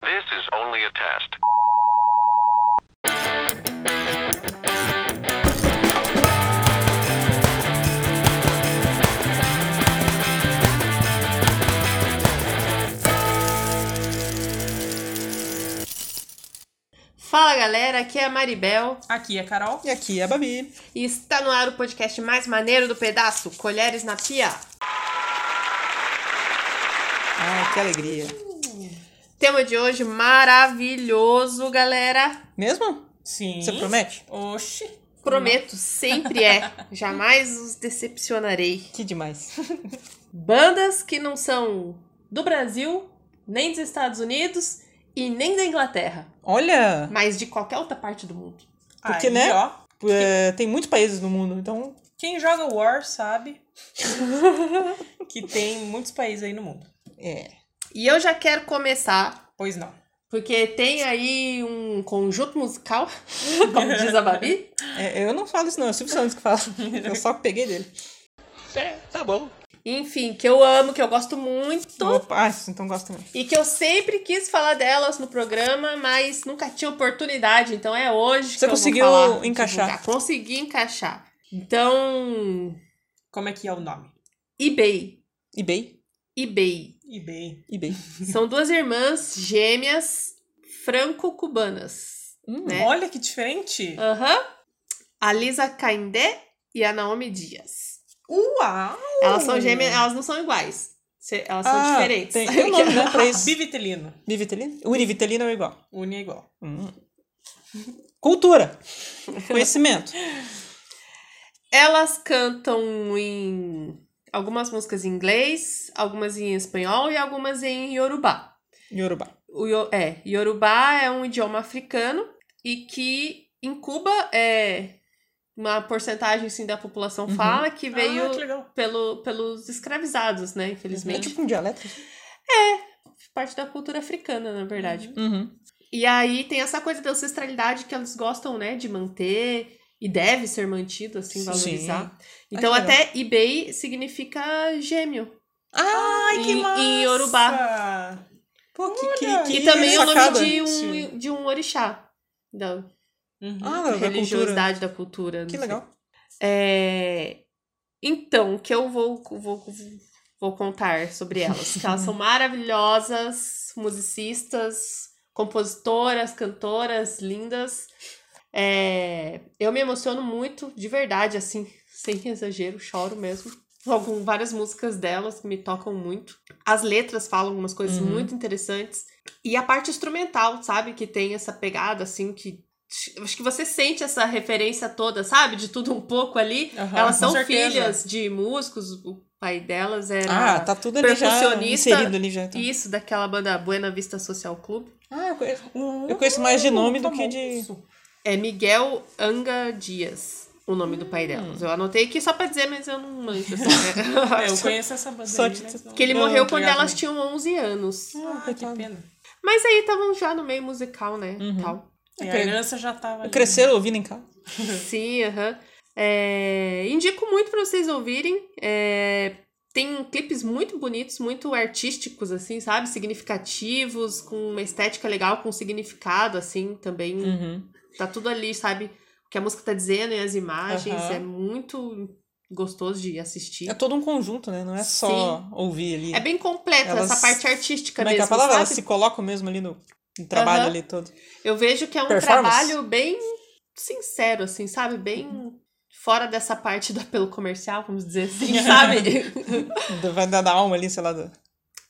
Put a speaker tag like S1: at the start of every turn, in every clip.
S1: This is only a test.
S2: Fala galera, aqui é a Maribel
S3: Aqui é a Carol.
S4: E aqui é a Babi.
S2: e está no ar o podcast mais maneiro do pedaço, Colheres na Pia.
S4: Ai, que alegria.
S2: Tema de hoje maravilhoso, galera.
S4: Mesmo?
S3: Sim.
S4: Você promete?
S3: Oxi.
S2: Prometo, sempre é. Jamais os decepcionarei.
S4: Que demais.
S2: Bandas que não são do Brasil, nem dos Estados Unidos e nem da Inglaterra,
S4: Olha,
S2: mas de qualquer outra parte do mundo.
S4: Porque,
S3: Aí,
S4: né?
S3: ó,
S4: é, tem muitos países no mundo, então.
S3: quem joga War sabe que tem muitos países aí no mundo.
S4: É.
S2: E eu já quero começar,
S3: Pois não.
S2: porque tem aí um conjunto musical, como diz a Babi.
S4: É, Eu não falo isso, não. É o Silvio Santos que fala. Eu só peguei dele.
S2: É, tá Enfim, que eu amo, que eu gosto muito
S4: Opa, ah, então gosto também.
S2: e que eu sempre quis falar delas no programa, mas nunca tinha oportunidade. Então é hoje que
S4: Você
S2: eu vou
S4: conseguiu
S2: falar,
S4: encaixar.
S2: divulgar. Consegui encaixar. Então,
S3: Como é que é o nome?
S2: eBay,
S4: eBay?
S2: eBay.
S3: eBay.
S4: eBay.
S2: São duas irmãs gêmeas franco-cubanas.
S4: Hum,
S2: Né?
S3: Olha que diferente.
S2: Aham. A Lisa Kaindé e a Naomi Dias.
S3: Uau!
S2: Elas são gêmeas, elas não são iguais. Cê- Elas são
S4: Uh. Ah,
S2: diferentes.
S4: Tem, tem um nome, né? Pra isso.
S3: Bivitelino.
S4: Bivitelina? Univitelina é igual.
S3: Une é igual.
S4: Hum. Cultura. Conhecimento.
S2: Elas cantam em algumas músicas em inglês, algumas em espanhol e algumas em iorubá.
S4: Yorubá.
S2: O io- é, iorubá é um idioma africano e que em Cuba é uma porcentagem assim, da população
S4: Uhum.
S2: fala que veio
S3: Ah, que legal.
S2: pelo, pelos escravizados, né?
S4: É
S2: Infelizmente,
S4: tipo um dialeto.
S2: parte da cultura africana, na verdade.
S4: Uhum.
S2: E aí tem essa coisa da ancestralidade que eles gostam, né, de manter e deve ser mantido, assim,
S4: Sim.
S2: valorizar. Então
S4: Ai, é. que
S2: até eBay significa gêmeo.
S4: Ai,
S2: em, em Yorubá.
S3: Yorubá.
S4: Pô, que,
S3: Olha.
S4: que, que
S2: E também é o nome
S4: sacada.
S2: de um, de um orixá. Da
S3: Uhum.
S4: Ah, da cultura.
S2: religiosidade assim. da cultura. não
S4: Que
S2: sei.
S4: legal.
S2: É, Então, o que eu vou, vou, vou contar sobre elas? Que elas são maravilhosas, musicistas, compositoras, cantoras, lindas. É, Eu me emociono muito, de verdade, assim, sem exagero, choro mesmo. Algum, várias músicas delas que me tocam muito. As letras falam algumas coisas
S4: Uhum.
S2: muito interessantes. E a parte instrumental, sabe? Que tem essa pegada, assim, que. Acho que você sente essa referência toda, sabe? De tudo um pouco ali.
S4: Ah,
S3: Aham,
S2: Elas
S3: com
S2: são
S3: certeza.
S2: filhas de músicos, o pai delas era.
S4: Ah, tá tudo ali já
S2: percussionista
S4: inserido ali já. Então.
S2: Isso, daquela banda Buena Vista Social Club.
S4: Ah, eu conheço.
S3: Uh,
S2: Hum,
S4: Eu conheço mais de nome do que de-
S3: famoso.
S2: É Miguel Anga Dias, o nome do pai delas. Eu anotei aqui só pra dizer, mas eu não manjo.
S3: É, eu
S2: Assim, né?
S3: conheço um é essa banda
S4: Só
S3: aí,
S4: de-
S3: mas não-
S2: que ele
S4: Não,
S2: morreu quando
S3: obrigado,
S2: elas
S3: não.
S2: tinham 11 anos.
S4: Ah,
S3: Ah, que
S4: coitado.
S3: pena.
S2: Mas aí estavam já no meio musical, né?
S4: Uhum.
S2: Tal.
S3: É, a
S4: Cre-
S3: herança já tava ali.
S4: Cresceram ouvindo em casa.
S2: Sim, aham. É, indico muito pra vocês ouvirem. É, tem clipes muito bonitos, muito artísticos, assim, sabe? Significativos, com uma estética legal, com significado, assim, também.
S4: Uhum.
S2: Tá tudo ali, sabe? O que a música tá dizendo e as imagens.
S4: Aham.
S2: É muito gostoso de assistir.
S4: É todo um conjunto, né? Não é só ouvir ali.
S2: É bem completa
S4: Elas-
S2: essa parte artística
S4: Como é que
S2: mesmo,
S4: é a palavra? Elas
S2: sabe?
S4: se colocam mesmo ali no, no trabalho
S2: Aham.
S4: ali todo.
S2: Eu vejo que é um
S4: Performance?
S2: trabalho bem sincero, assim, sabe? Bem fora dessa parte do apelo comercial, vamos dizer assim, sabe?
S4: Do- Vai dar da alma ali, sei lá. do-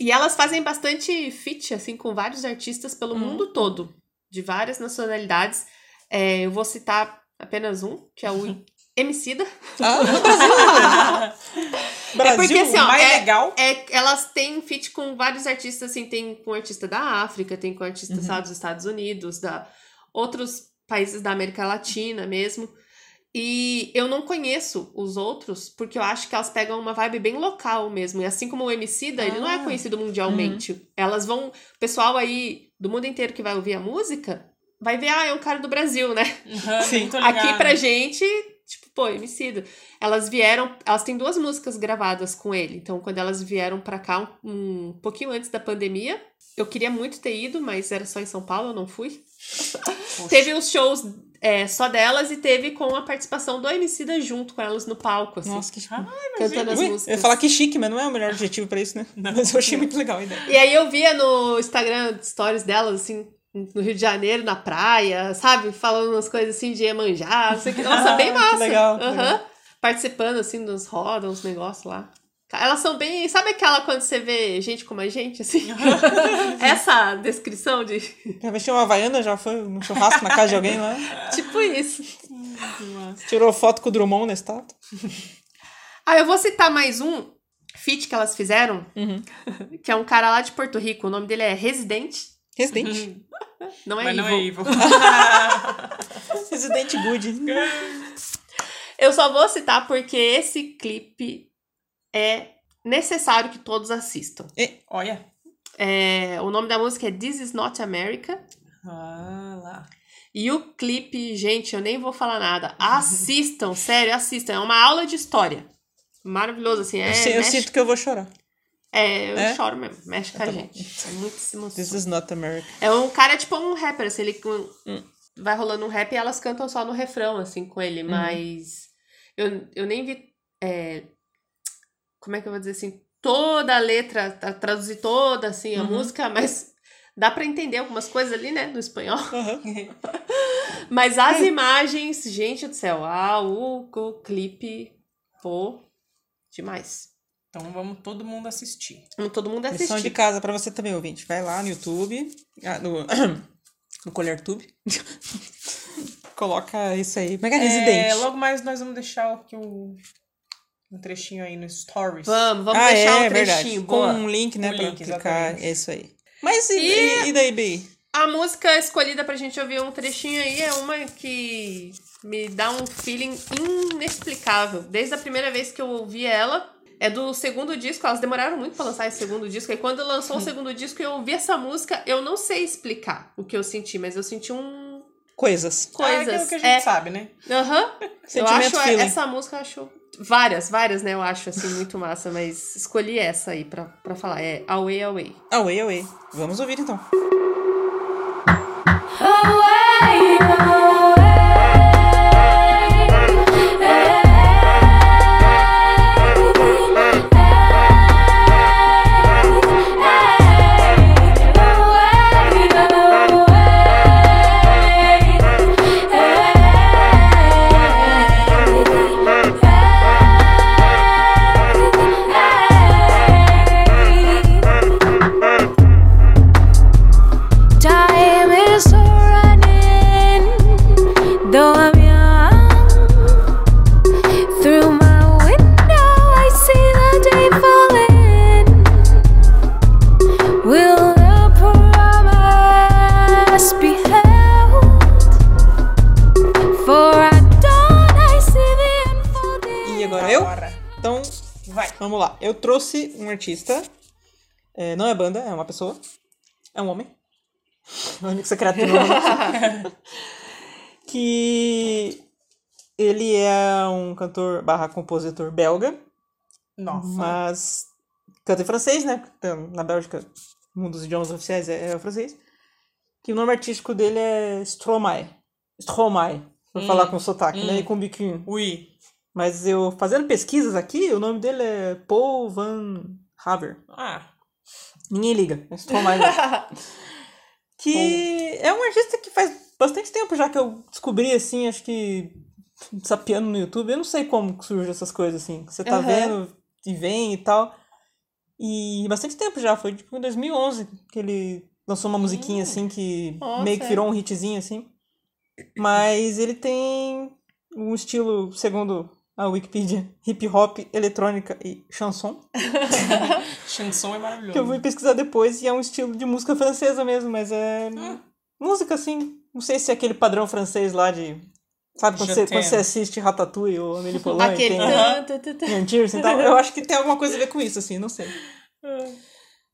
S2: E elas fazem bastante feat, assim, com vários artistas pelo
S4: Hum.
S2: mundo todo, de várias nacionalidades. É, eu vou citar apenas um, que é o Emicida.
S4: Ah, né? Brasil!
S2: É porque, assim,
S3: O
S2: ó,
S3: mais
S2: é-
S4: Então,
S3: legal.
S2: É, elas têm feat com vários artistas, assim, tem com artista da África, tem com artista
S4: Uhum.
S2: sabe, dos Estados Unidos, da outros países da América Latina mesmo. E eu não conheço os outros, porque eu acho que elas pegam uma vibe bem local mesmo. E assim como o Emicida, ele não é
S4: Ah. Uhum.
S2: conhecido mundialmente. Elas vão... O pessoal aí do mundo inteiro que vai ouvir a música vai ver, ah, é um cara do Brasil, né?
S3: Aham,
S4: Sim.
S3: muito
S2: Aqui
S3: ligado.
S2: pra gente Tipo, pô, homicida. Elas vieram, elas têm duas músicas gravadas com ele. Então, quando elas vieram pra cá um, um pouquinho antes da pandemia, eu queria muito ter ido, mas era só em São Paulo, eu não fui. Teve uns shows é, só delas e teve com a participação do Emicida junto com elas no palco, assim,
S4: Nossa, que chique.
S2: cantando as
S4: Ui,
S2: músicas.
S4: eu ia falar que chique, mas não é o melhor adjetivo pra isso, né? Mas eu achei muito legal a ideia.
S2: E aí eu via no Instagram stories delas, assim, no Rio de Janeiro, na praia, sabe? Falando umas coisas assim de Iemanjá, não sei o que. Nossa,
S4: Ah,
S2: bem
S4: que
S2: massa.
S4: legal, que
S2: Aham.
S4: legal.
S2: Participando, assim, dos rodas, uns negócios lá. Elas são bem... Sabe aquela quando você vê gente como a gente, assim? Essa descrição de...
S4: Já vestiu uma havaiana, já foi num churrasco na casa de alguém lá.
S2: Tipo isso.
S4: Tirou foto com o Drummond na estátua.
S2: Ah, eu vou citar mais um feat que elas fizeram,
S4: Uhum.
S2: que é um cara lá de Porto Rico. O nome dele é Residente.
S4: Residente.
S2: Não é
S3: Mas não é
S2: Evil.
S3: evil.
S4: Residente Good.
S2: Eu só vou citar porque esse clipe é necessário que todos assistam.
S3: Olha.
S2: É, o nome da música é This Is Not America.
S3: Ah, lá.
S2: E o clipe, gente, eu nem vou falar nada. Assistam, sério, assistam. É uma aula de história. Maravilhoso, assim. É,
S4: eu sei- eu
S2: mexe-
S4: sinto que eu vou chorar.
S2: é, eu
S4: É?
S2: choro mesmo. Mexe com
S4: Ah,
S2: a
S4: tá bom.
S2: gente. É muito se
S4: This
S2: emociona.
S4: is not America.
S2: É um cara, tipo um rapper, assim, ele com-
S4: Hum.
S2: vai rolando um rap e elas cantam só no refrão, assim, com ele,
S4: Uhum.
S2: mas eu, eu nem vi. é, como é que eu vou dizer assim? Toda a letra, tra- traduzir toda, assim, a
S4: Uhum.
S2: música, mas dá pra entender algumas coisas ali, né, do espanhol.
S4: Aham.
S2: Mas as imagens, gente do céu, ah, o, o clipe, pô, demais.
S3: Então vamos todo mundo assistir.
S2: Não Todo mundo
S4: Lição de
S2: assistiu.
S4: casa pra você também, ouvinte. Vai lá no YouTube, ah, no, no ColherTube. Coloca isso aí. Mega
S3: É,
S4: Residente.
S3: logo mais nós vamos deixar o que o um trechinho aí no Stories.
S2: Vamos, vamos
S4: ah,
S2: deixar
S4: é,
S2: um
S4: verdade.
S2: trechinho,
S4: Com
S2: boa.
S4: um link, né,
S3: Um
S4: pra
S3: link,
S4: clicar.
S3: exatamente.
S4: É isso aí. Mas e,
S2: E-
S4: e- e daí, Bi?
S2: A música escolhida pra gente ouvir um trechinho aí é uma que me dá um feeling inexplicável. Desde a primeira vez que eu ouvi ela, é do segundo disco, elas demoraram muito pra lançar esse segundo disco. E quando
S4: Uhum.
S2: lançou o segundo disco e eu ouvi essa música, eu não sei explicar o que eu senti, mas eu senti um.
S4: Coisas.
S3: É
S2: coisas.
S3: aquilo que a gente
S2: É,
S3: sabe, né?
S2: Aham. Eu
S4: Sentimento
S2: acho a-
S4: feeling.
S2: essa música, eu acho. Várias, várias, né? Eu acho assim muito massa, mas escolhi essa aí pra, pra falar. É Away Away.
S4: Away, away. Vamos ouvir então.
S1: Time is running, though I'm young. Through my window, I see the day falling. Will the promise be held? For at dawn, I see the unfolding.
S4: E agora eu?
S3: Bora.
S4: Então,
S3: Vai.
S4: vamos lá. Eu trouxe um artista. É, não é banda, é uma pessoa. É um homem. O único secreto do nome. né? que ele é um cantor barra compositor belga,
S3: Nossa.
S4: mas canta em francês, né? Então, na Bélgica, um dos idiomas oficiais é, é o francês. Que o nome artístico dele é Stromae. Stromae. Vou falar com sotaque, né? E com biquinho.
S3: Hum, Ui.
S4: Mas eu fazendo pesquisas aqui, o nome dele é Paul Van Haver.
S3: Ah.
S4: Ninguém liga, mas tô mais. que é um artista que faz bastante tempo já que eu descobri, assim, acho que sapeando no YouTube. Eu não sei como que surge essas coisas, assim. que Você tá
S2: Aham.
S4: vendo e vem e tal. E bastante tempo já, foi tipo em 2011 que ele lançou uma musiquinha, assim, que
S2: Hum. Nossa,
S4: meio que
S2: é.
S4: virou um hitzinho, assim. Mas ele tem um estilo, segundo a Wikipedia, hip hop, eletrônica e chanson.
S3: Chanson é maravilhoso.
S4: Que eu fui pesquisar depois e é um estilo de música francesa mesmo, mas é.
S3: Ah.
S4: Música assim. Não sei se é aquele padrão francês lá de. Sabe quando,
S3: Je
S4: você, quando
S3: t'aime.
S4: você assiste Ratatouille ou Amélie Poulain e
S2: Aquele.
S4: tem
S2: tan, tan, tan, tan.
S4: Ian Tears, então eu acho que tem alguma coisa a ver com isso, assim, não sei.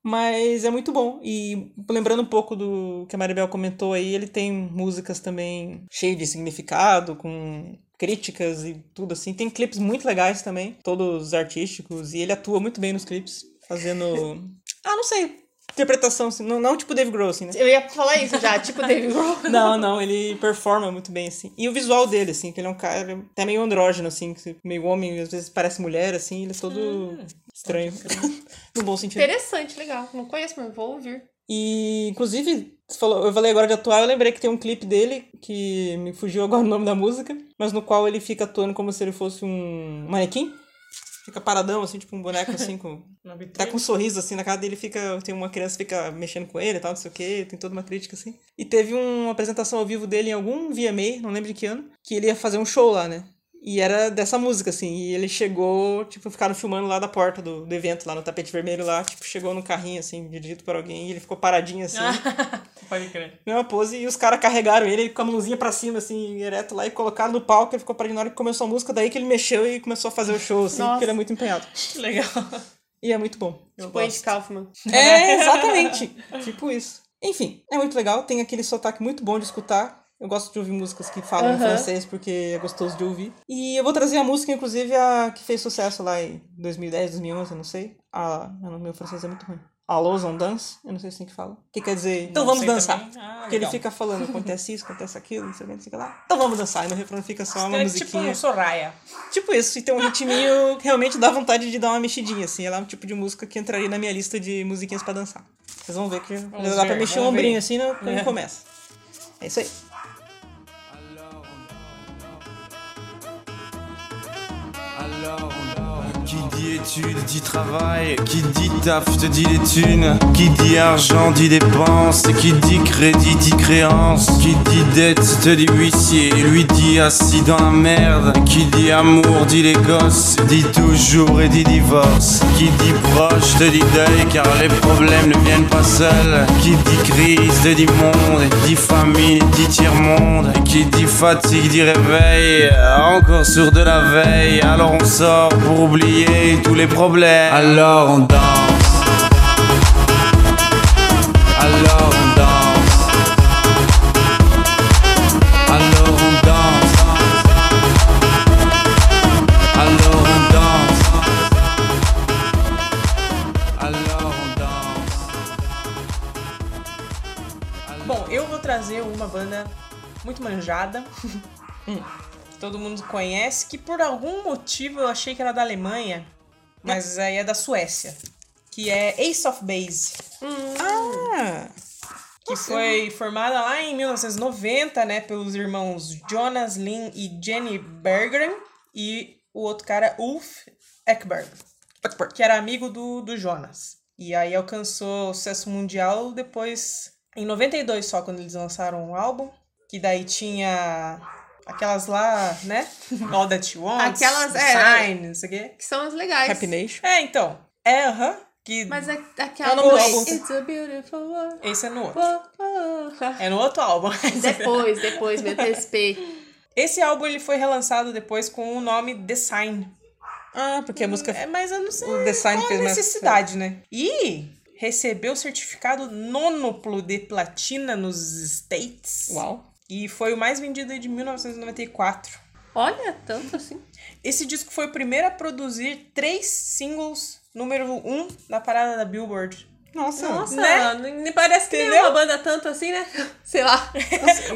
S4: Mas é muito bom. E lembrando um pouco do que a Maribel comentou aí, ele tem músicas também cheias de significado, com críticas e tudo assim. Tem clipes muito legais também, todos artísticos, e ele atua muito bem nos clipes, fazendo. ah, não sei. Interpretação, assim, não, não tipo Dave Grohl, assim, né?
S2: Eu ia falar isso já, tipo David Grohl.
S4: Não, não, ele performa muito bem, assim. E o visual dele, assim, que ele é um cara até meio andrógeno, assim, que meio homem, às vezes parece mulher, assim, ele é todo estranho. no bom sentido.
S2: Interessante, legal. Não conheço, mas vou ouvir.
S4: E, inclusive, você falou, eu falei agora de atuar, eu lembrei que tem um clipe dele, que me fugiu agora o nome da música, mas no qual ele fica atuando como se ele fosse um manequim. Fica paradão, assim, tipo um boneco, assim, com...
S3: Na
S4: Tá
S3: vitrine.
S4: com um sorriso, assim, na cara dele fica... Tem uma criança que fica mexendo com ele e tal, não sei o quê. Tem toda uma crítica, assim. E teve uma apresentação ao vivo dele em algum VMA, não lembro de que ano, que ele ia fazer um show lá, né? E era dessa música, assim. E ele chegou, tipo, ficaram filmando lá da porta do, do evento, lá no tapete vermelho, lá. Tipo, chegou num carrinho, assim, dirigido por alguém. E ele ficou paradinho,
S2: Ah.
S4: assim.
S3: Ah, Pode crer.
S4: Mesma pose, e os caras carregaram ele com a mãozinha pra cima, assim, ereto lá, e colocaram no palco, ele ficou paradinho na hora que começou a música, daí que ele mexeu e começou a fazer o show, assim,
S2: Nossa.
S4: porque ele é muito empenhado.
S3: Que legal.
S4: E é muito bom. Eu
S2: Tipo Andy Kaufman.
S4: É, exatamente. tipo isso. Enfim, é muito legal, tem aquele sotaque muito bom de escutar. Eu gosto de ouvir músicas que falam em
S2: Aham.
S4: francês porque é gostoso de ouvir. E eu vou trazer a música, inclusive, a que fez sucesso lá em 2010, 2011, eu não sei. A, o meu francês é muito ruim. Alôs on dance, eu não sei se assim que fala. Que quer dizer, então
S3: Não
S4: vamos
S3: sei
S4: dançar.
S3: também. Ah,
S4: Porque ele
S3: legal.
S4: fica falando, acontece isso, acontece aquilo, não sei o que, não sei o que lá. Então vamos dançar. E no refrão fica só uma
S3: É tipo
S4: musiquinha.
S3: um Soraya.
S4: Tipo isso, e tem um ritminho que realmente dá vontade de dar uma mexidinha, assim. Ela é um tipo de música que entraria na minha lista de musiquinhas pra dançar. Vocês vão ver que dá pra
S3: ver,
S4: mexer o
S3: vamos
S4: ombrinho
S3: ver.
S4: assim, né? Quando
S3: É.
S4: começa. É isso aí.
S5: Qui dit études dit travail, qui dit taf te dit les thunes, qui dit argent dit dépenses, qui dit crédit dit créance, qui dit dette te dit huissier, lui dit assis dans la merde, qui dit amour dit les gosses, dit toujours et dit divorce, qui dit proche te dit deuil car les problèmes ne viennent pas seuls, qui dit crise te dit monde, dit famine dit tiers-monde, qui dit fatigue dit réveil, encore sur de la veille, alors on sort pour oublier tous les problèmes, alors on danse. Alors on danse. Alors on danse. Alors on danse. Alors on danse.
S3: Bom, eu vou trazer uma banda muito manjada. Hum, Todo mundo conhece, que por algum motivo eu achei que era da Alemanha, mas aí é da Suécia. Que é Ace of Base.
S4: Ah,
S3: que foi formada lá em 1990, né, pelos irmãos Jonas Lin e Jenny Berggren e o outro cara Ulf Ekberg, que era amigo do, do Jonas. E aí alcançou sucesso mundial depois em 92 só quando eles lançaram o álbum, que daí tinha aquelas lá, né? All That You Want,
S2: Aquelas, é.
S3: Sign, não sei o quê.
S2: Que são as legais.
S4: Happy Nation.
S3: É, então. É, aham, que
S2: Mas é
S4: É o
S2: aquela
S4: nome do
S2: It's-
S4: álbum.
S2: It's a beautiful world.
S3: esse é no outro.
S2: Oh, oh.
S3: É no outro álbum.
S2: Depois, depois, me antecipei.
S3: Esse álbum ele foi relançado depois com o nome The Sign.
S4: Ah, porque a música.
S3: É, mas eu não sei
S4: O The Sign
S3: qual a
S4: fez mais
S3: necessidade, né? E recebeu o certificado nonoplo de platina nos States.
S4: Uau.
S3: E foi o mais vendido de 1994.
S2: Olha, tanto assim.
S3: Esse disco foi o primeiro a produzir três singles número um na parada da Billboard.
S4: Nossa.
S2: Nossa,
S3: Né?
S2: nem- nem parece que nem
S3: Entendeu?
S2: uma banda tanto assim, né? Sei lá.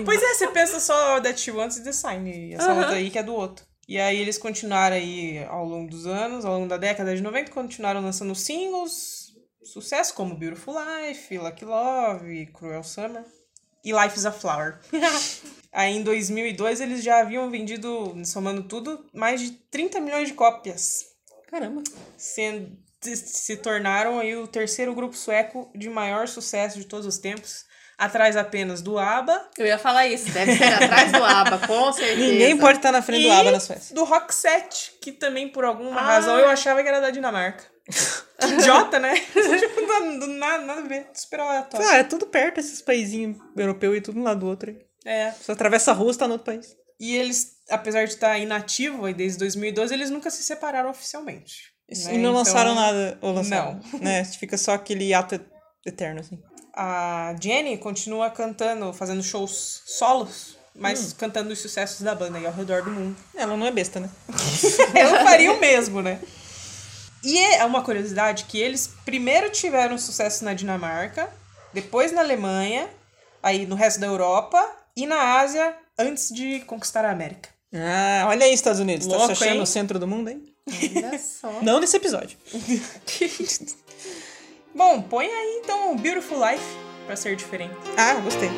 S3: Pois é, você pensa só That She Wants e The Sign, e essa
S2: Aham.
S3: outra aí que é do outro. E aí eles continuaram aí ao longo dos anos, ao longo da década de 90, continuaram lançando singles, sucesso como Beautiful Life, Lucky Love, Cruel Summer e Life is a Flower. aí em 2002 eles já haviam vendido, somando tudo, mais de 30 milhões de cópias,
S4: Caramba.
S3: sendo se- se tornaram aí o terceiro grupo sueco de maior sucesso de todos os tempos, atrás apenas do ABBA
S2: Eu ia falar isso. Deve ser atrás do ABBA, com certeza.
S4: Ninguém pode estar na frente do
S3: E-
S4: ABBA na Suécia.
S3: do Rock 7, que também por alguma
S2: Ah.
S3: razão eu achava que era da Dinamarca. Que Idiota, né? tipo, do, do nada, nada a ver, super aleatório.
S4: Ah, é tudo perto esses paizinhos europeus e tudo um lado do outro. hein?
S3: É.
S4: Você atravessa a rua, você tá no outro país.
S3: E eles, apesar de estar inativo aí desde 2012, eles nunca se separaram oficialmente. né?
S4: e não lançaram
S3: Então,
S4: nada. Ou lançaram. Não. Né? Fica só aquele ato eterno, assim.
S3: A Jenny continua cantando, fazendo shows solos
S4: Hum.
S3: mas cantando os sucessos da banda aí ao redor do mundo.
S4: Ela não é besta, né?
S3: Ela faria o mesmo, né? E é uma curiosidade que eles primeiro tiveram sucesso na Dinamarca, depois na Alemanha, aí no resto da Europa e na Ásia antes de conquistar a América.
S4: Ah, olha aí, Estados Unidos. tá
S3: Louco,
S4: se achando
S3: hein?
S4: o centro do mundo, hein?
S2: Olha só.
S4: Não nesse episódio.
S3: Bom, põe aí então o Beautiful Life pra ser diferente.
S4: Ah, gostei.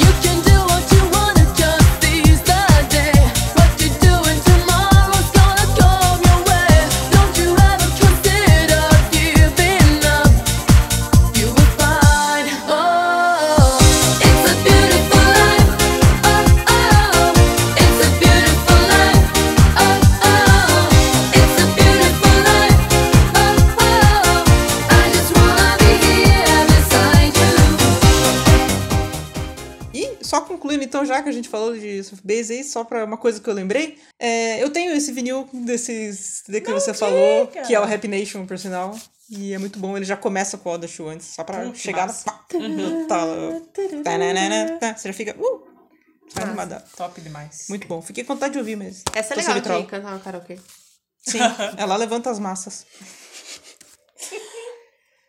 S6: You can do what you wanna just these day. What you doing tomorrow's gonna come your way. Don't you ever consider giving up? You will find oh, it's a beautiful life. Oh oh, it's a beautiful life. Oh oh, it's a beautiful life. Oh oh, I just wanna be here beside you.
S4: E só concluindo então, já que a gente falou de Softbase aí, só pra uma coisa que eu lembrei. é, eu tenho esse vinil desse CD que você falou, que é o Rap Nation, por sinal. E é muito bom, ele já começa com o Oda Show antes, só pra
S3: Hum, que
S4: chegar
S3: massa.
S4: pá, no talo. Tananana, tá, Você já fica. Uh, tá animada.
S3: Top demais.
S4: Muito bom. Fiquei com vontade de ouvir, mas.
S2: Essa é
S4: tô
S2: legal
S4: sem vitrola.
S2: também, cantar no karaokê.
S4: Sim, ela levanta as massas.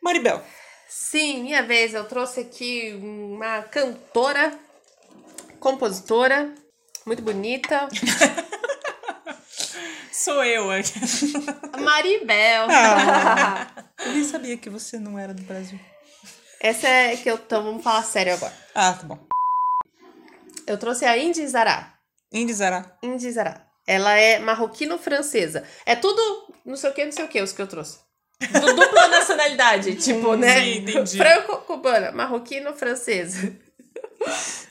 S4: Maribel.
S2: Sim, minha vez. Eu trouxe aqui uma cantora, compositora, muito bonita,
S3: Sou eu, hein?
S2: Maribel.
S4: Ah. Eu nem sabia que você não era do Brasil.
S2: Essa é que eu tô. Vamos falar sério agora.
S4: Ah, tá bom.
S2: Eu trouxe a Indy Zara.
S4: Indy Zara.
S2: Indy Zara. Ela é marroquino-francesa. É tudo não sei o que, não sei o que, os que eu trouxe. Du- Dupla nacionalidade, tipo, né?
S3: Sim, entendi.
S2: Franco-cubana, marroquino-francesa.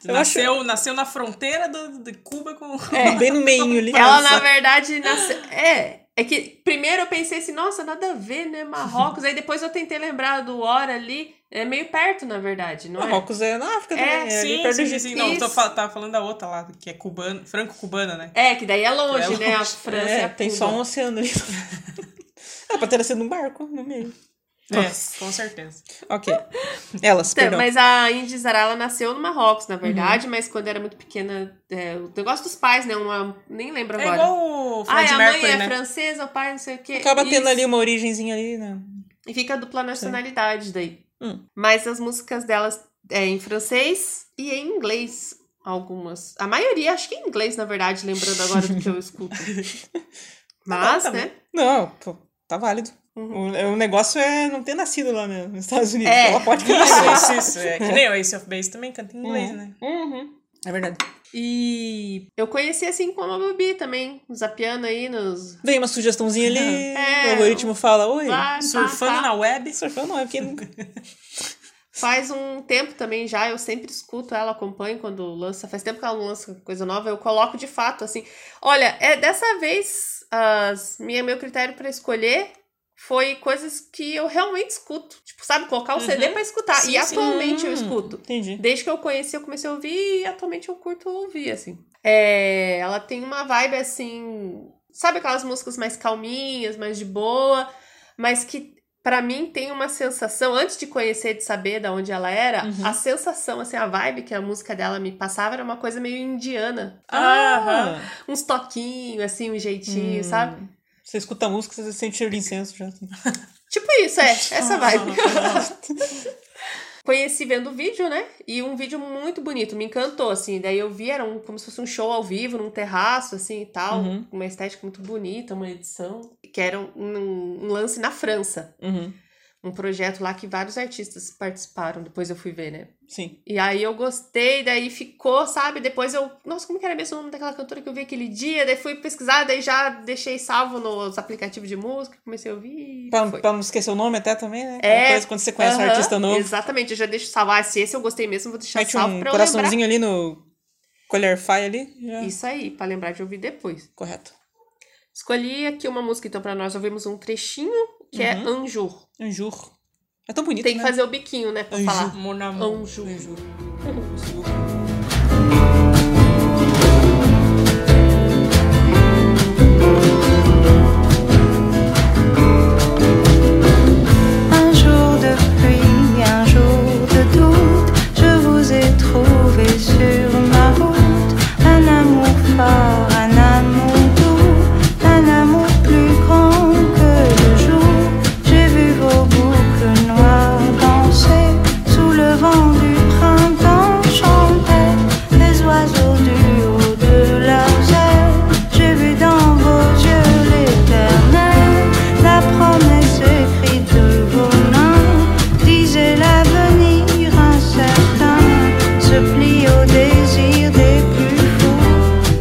S3: Nasceu, nasceu na fronteira do, de Cuba com.
S4: Bem no meinho ali.
S2: é. Ela,
S4: Nossa.
S2: na verdade, nasceu. É. É que primeiro eu pensei assim, nossa, nada a ver, né? Marrocos. Aí depois eu tentei lembrar do hora ali. É meio perto, na verdade, não é?
S4: Marrocos é na África
S2: É,
S4: também. É, ali
S3: sim,
S4: perto
S3: sim,
S4: do
S3: sim,
S4: Egito.
S3: sim. Não, tô,
S2: Isso.
S3: fal- tava falando da outra lá, que é cubano, franco-cubana, né?
S2: É, que daí é longe,
S3: É
S2: né? A
S3: longe.
S2: França
S4: É,
S2: e a
S4: tem
S2: Cuba.
S4: só um oceano ali. Era pra ter nascido um barco no meio.
S3: É, com certeza.
S4: Ok. Elas,
S2: Então,
S4: perdão.
S2: mas a Indy Zara, ela nasceu no Marrocos,
S3: Uhum.
S2: na verdade, mas quando era muito pequena, é, o negócio dos pais, né? Uma, nem lembro
S3: É
S2: agora.
S3: igual o
S2: ah,
S3: Fred
S2: é, a mãe
S3: Mercury,
S2: é
S3: né?
S2: francesa, o pai não sei o quê.
S4: Acaba tendo
S2: Isso.
S3: um
S4: ali uma origenzinha ali, né?
S2: E fica a dupla nacionalidade daí.
S4: Hum.
S2: Mas as músicas delas é em francês e em inglês, algumas. A maioria, acho que em inglês, na verdade, lembrando agora do que eu escuto.
S3: Tá
S2: Mas,
S4: Tá bom, tá
S2: né?
S4: Não, pô, tá válido.
S2: Uhum.
S4: O, o negócio é não ter nascido lá né, nos Estados Unidos.
S2: É.
S4: Ela pode cantar
S3: Isso,
S4: inglês.
S3: isso, isso. É que nem o Ace of Base também canta em inglês,
S4: Hum.
S3: né?
S2: Uhum.
S4: É verdade.
S2: E eu conheci assim como a Bubi também, zapiando aí nos.
S4: Vem uma sugestãozinha ali,
S2: É.
S4: o algoritmo fala, oi.
S2: Lá, tá,
S3: Surfando
S2: tá.
S3: na web.
S4: Surfando não, é porque nunca.
S2: Faz um tempo também já, eu sempre escuto ela, acompanho quando lança. Faz tempo que ela não lança coisa nova, eu coloco de fato, assim. Olha, é dessa vez, as, minha, meu critério pra escolher foi coisas que eu realmente escuto. Tipo, sabe, colocar o CD pra escutar.
S3: Uhum.
S2: e
S3: Sim, sim.
S2: atualmente eu
S4: Hum.
S2: escuto.
S4: Entendi.
S2: Desde que eu conheci, eu comecei a ouvir e atualmente eu curto ouvir, assim. É, ela tem uma vibe assim. Sabe aquelas músicas mais calminhas, mais de boa, mas que pra mim tem uma sensação, antes de conhecer, de saber de onde ela era,
S4: Uhum.
S2: a sensação, assim, a vibe que a música dela me passava era uma coisa meio indiana.
S4: Ah,
S2: Uns toquinhos, assim, um jeitinho,
S4: Hum.
S2: sabe?
S4: Você escuta a música, você sente cheiro de incenso já. assim.
S2: Tipo isso, é, essa vibe. Conheci vendo o vídeo, né? E um vídeo muito bonito, me encantou, assim. Daí eu vi, era um, como se fosse um show ao vivo, num terraço, assim, e tal.
S4: Uhum.
S2: Uma estética muito bonita, uma edição. Que era um, um lance na França.
S4: Uhum.
S2: Um projeto lá que vários artistas participaram. Depois eu fui ver, né?
S4: Sim.
S2: E aí eu gostei, daí ficou, sabe? Depois eu. Nossa, como que era mesmo o nome daquela cantora que eu vi aquele dia? Daí fui pesquisar, daí já deixei salvo nos aplicativos de música, comecei a ouvir. e
S4: Pra,
S2: foi.
S4: pra não esquecer o nome até também, né?
S2: É.
S4: Aquela coisa quando você conhece um
S2: Aham,
S4: artista novo,
S2: Exatamente, eu já deixo salvo. Ah, se esse eu gostei mesmo, vou deixar
S4: mete
S2: salvo
S4: um
S2: pra eu lembrar.
S4: coraçãozinho ali no colher fire ali. já-
S2: Isso aí, pra lembrar de ouvir depois.
S4: Correto.
S2: Escolhi aqui uma música, então, pra nós ouvirmos um trechinho, que é Anjur.
S4: Anjur. um É tão bonito,
S2: Tem que
S4: Uhum. né?
S2: fazer o biquinho, né, pra falar.
S3: Mon amour.
S2: Anjo.
S3: Anjo.
S7: Un jour de pluie, un jour de doute, je vous ai trouvé sur ma route. Un amour fort, un amour doux, un amour plus grand que le jour. J'ai vu vos boucles noires danser sous le vent du printemps chanter les oiseaux du haut de leurs ailes. J'ai vu dans vos yeux l'éternel, la promesse écrite de vos mains. Disait l'avenir incertain, se plie au désir des plus fous,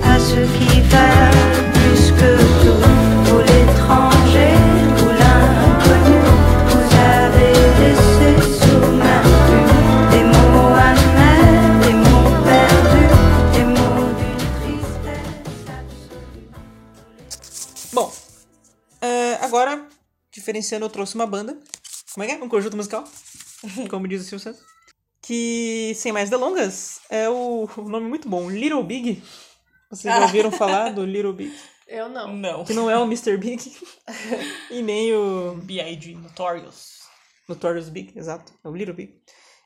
S7: à ceux qui valent plus que tout. Pour l'étranger, pour l'inconnu, vous avez laissé sous ma plume des mots amers, des mots perdus, des mots d'une tristesse absolue.
S4: Bom, é, agora, diferenciando, eu trouxe uma banda. Como é que é? Um conjunto musical. Como diz o Silvio Santos. Que, sem mais delongas, é o, o nome muito bom, Little Big. Vocês
S2: Ah.
S4: já ouviram falar do Little Big?
S2: Eu não.
S3: Não.
S4: Que não é o Mr. Big. e nem o
S3: B.I.G. Notorious.
S4: Notorious Big, exato. É o Little Big.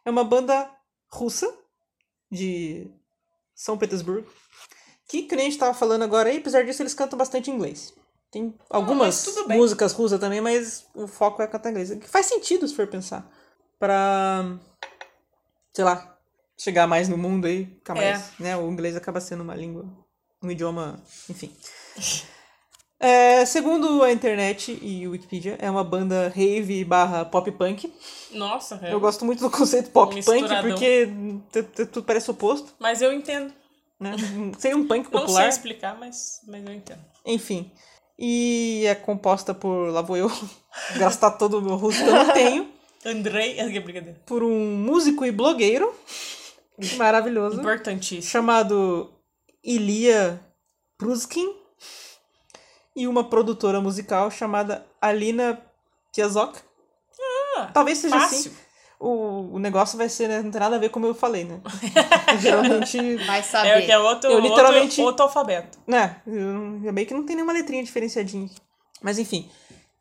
S4: É uma banda russa de São Petersburgo. Que, que nem a gente tava falando agora aí, apesar disso, eles cantam bastante inglês. Tem algumas
S3: Ah, mas tudo bem.
S4: músicas russas também, mas o foco é cantar inglês. Que faz sentido se for pensar. Pra. Sei lá. Chegar mais no mundo aí, ficar
S3: É.
S4: mais. Né? O inglês acaba sendo uma língua. Um idioma. Enfim. É, segundo a internet e Wikipedia, é uma banda rave barra pop punk.
S3: Nossa, é. Um
S4: Eu gosto muito do conceito pop punk
S3: Misturadão.
S4: porque t- t- tudo parece oposto,
S3: Mas eu entendo.
S4: né? Seria um punk
S3: Não sei
S4: popular,
S3: explicar, mas, mas eu entendo.
S4: enfim. E é composta por, lá vou eu, gastar todo o meu russo que eu não tenho,
S3: Andrei. Ah, que Brincadeira.
S4: por um músico e blogueiro maravilhoso
S3: Importantíssimo.
S4: chamado Ilia Pruskin e uma produtora musical chamada Alina Piazok.
S3: Ah,
S4: Talvez seja assim.
S3: Fácil.
S4: o, o negócio vai ser, né? Não tem nada a ver como eu falei, né? Geralmente.
S2: Vai
S3: É
S2: saber.
S3: que é outro,
S4: Eu
S3: outro-
S4: literalmente-
S3: outro alfabeto.
S4: Né? eu não- É bem que não tem nenhuma letrinha diferenciadinha. Mas enfim.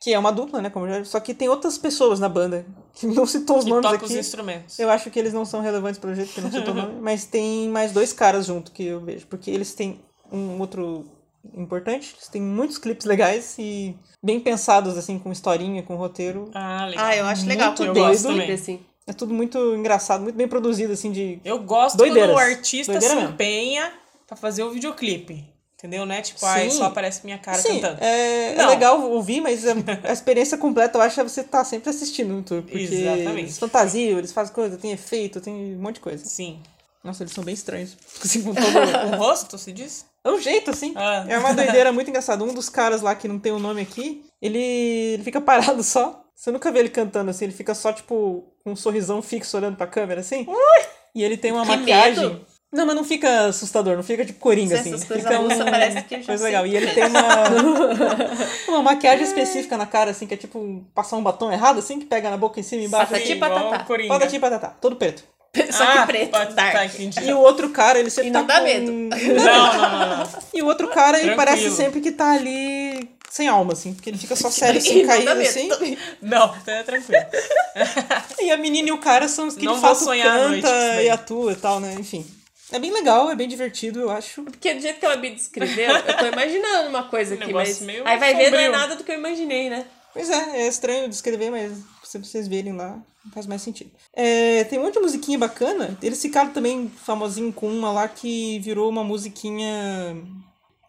S4: Que é uma dupla, né? Como eu já... Só que tem outras pessoas na banda. Que não citou os
S3: E
S4: nomes
S3: toca
S4: aqui.
S3: os instrumentos.
S4: Eu acho que eles não são relevantes pelo jeito que não citou o nome. Mas tem mais dois caras junto que eu vejo. Porque eles têm um outro importante. Eles têm muitos clipes legais e bem pensados, assim, com historinha, com roteiro.
S3: Ah, legal.
S2: Ah, eu acho legal
S4: Muito
S2: quando
S4: doido.
S2: gosto
S3: também.
S2: assim.
S4: É tudo muito engraçado, muito bem produzido, assim, de
S3: Eu gosto
S4: Doideiras.
S3: quando o artista
S4: Doideira
S3: se
S4: mesmo.
S3: empenha pra fazer o videoclipe. Entendeu, né? Tipo, ai,
S4: Sim.
S3: só aparece minha cara
S4: Sim,
S3: cantando.
S4: É, é
S3: Não.
S4: legal ouvir, mas a, a experiência completa eu acho é você estar sempre assistindo no YouTube. Porque
S3: Exatamente.
S4: eles fantasiam, eles fazem coisa, tem efeito, tem um monte de coisa.
S3: Sim.
S4: Nossa, eles são bem estranhos. Assim, com todo-
S3: O rosto, se diz?
S4: é um jeito, assim.
S3: Ah.
S4: É uma doideira muito engraçada. Um dos caras lá que não tem o nome aqui, ele, ele fica parado só. Você nunca vê ele cantando assim, ele fica só, tipo, com um sorrisão fixo olhando pra câmera, assim. E ele tem uma
S2: Que
S4: maquiagem.
S2: medo!
S4: Não, mas não fica assustador, não fica tipo coringa,
S2: Se
S4: assim.
S2: essas coisas
S4: Fica um-
S2: russas parece que eu já
S4: Coisa
S2: sei.
S4: legal. E ele tem uma, uma maquiagem específica na cara, assim, que é tipo um- passar um batom errado, assim, que pega na boca em cima e embaixo.
S2: Patati
S4: assim.
S2: Patati
S3: Igual o
S2: patatá.
S3: Coringa.
S4: Patati patatá. Todo preto.
S2: Só que
S3: Ah,
S2: preto,
S3: pode- tá,
S2: dark.
S3: entendi.
S4: E o outro cara, ele sempre
S2: E
S4: tá
S2: não dá
S4: com-
S2: medo.
S3: Não, não, não, não.
S4: E o outro cara, ele
S3: Tranquilo.
S4: parece sempre que tá ali sem alma, assim. Porque ele fica só
S2: E
S4: sério, assim,
S2: não
S4: caído,
S2: dá medo.
S4: assim.
S3: Não, tá tranquilo.
S4: E a menina e o cara são os que
S3: Não
S4: de
S3: vou
S4: fato
S3: sonhar à noite com isso
S4: canta
S3: daí.
S4: e atua e tal, né? Enfim. É bem legal, é bem divertido, eu acho.
S2: Porque do jeito que ela me descreveu, eu tô imaginando uma coisa
S3: Um
S2: aqui,
S3: negócio
S2: mas.
S3: meio
S2: aí vai ver, não é
S3: sombrio.
S2: nada do que eu imaginei, né?
S4: Pois é, é estranho descrever, mas se vocês verem lá, faz mais sentido. É, tem um monte de musiquinha bacana. Eles ficaram também famosinho com uma lá que virou uma musiquinha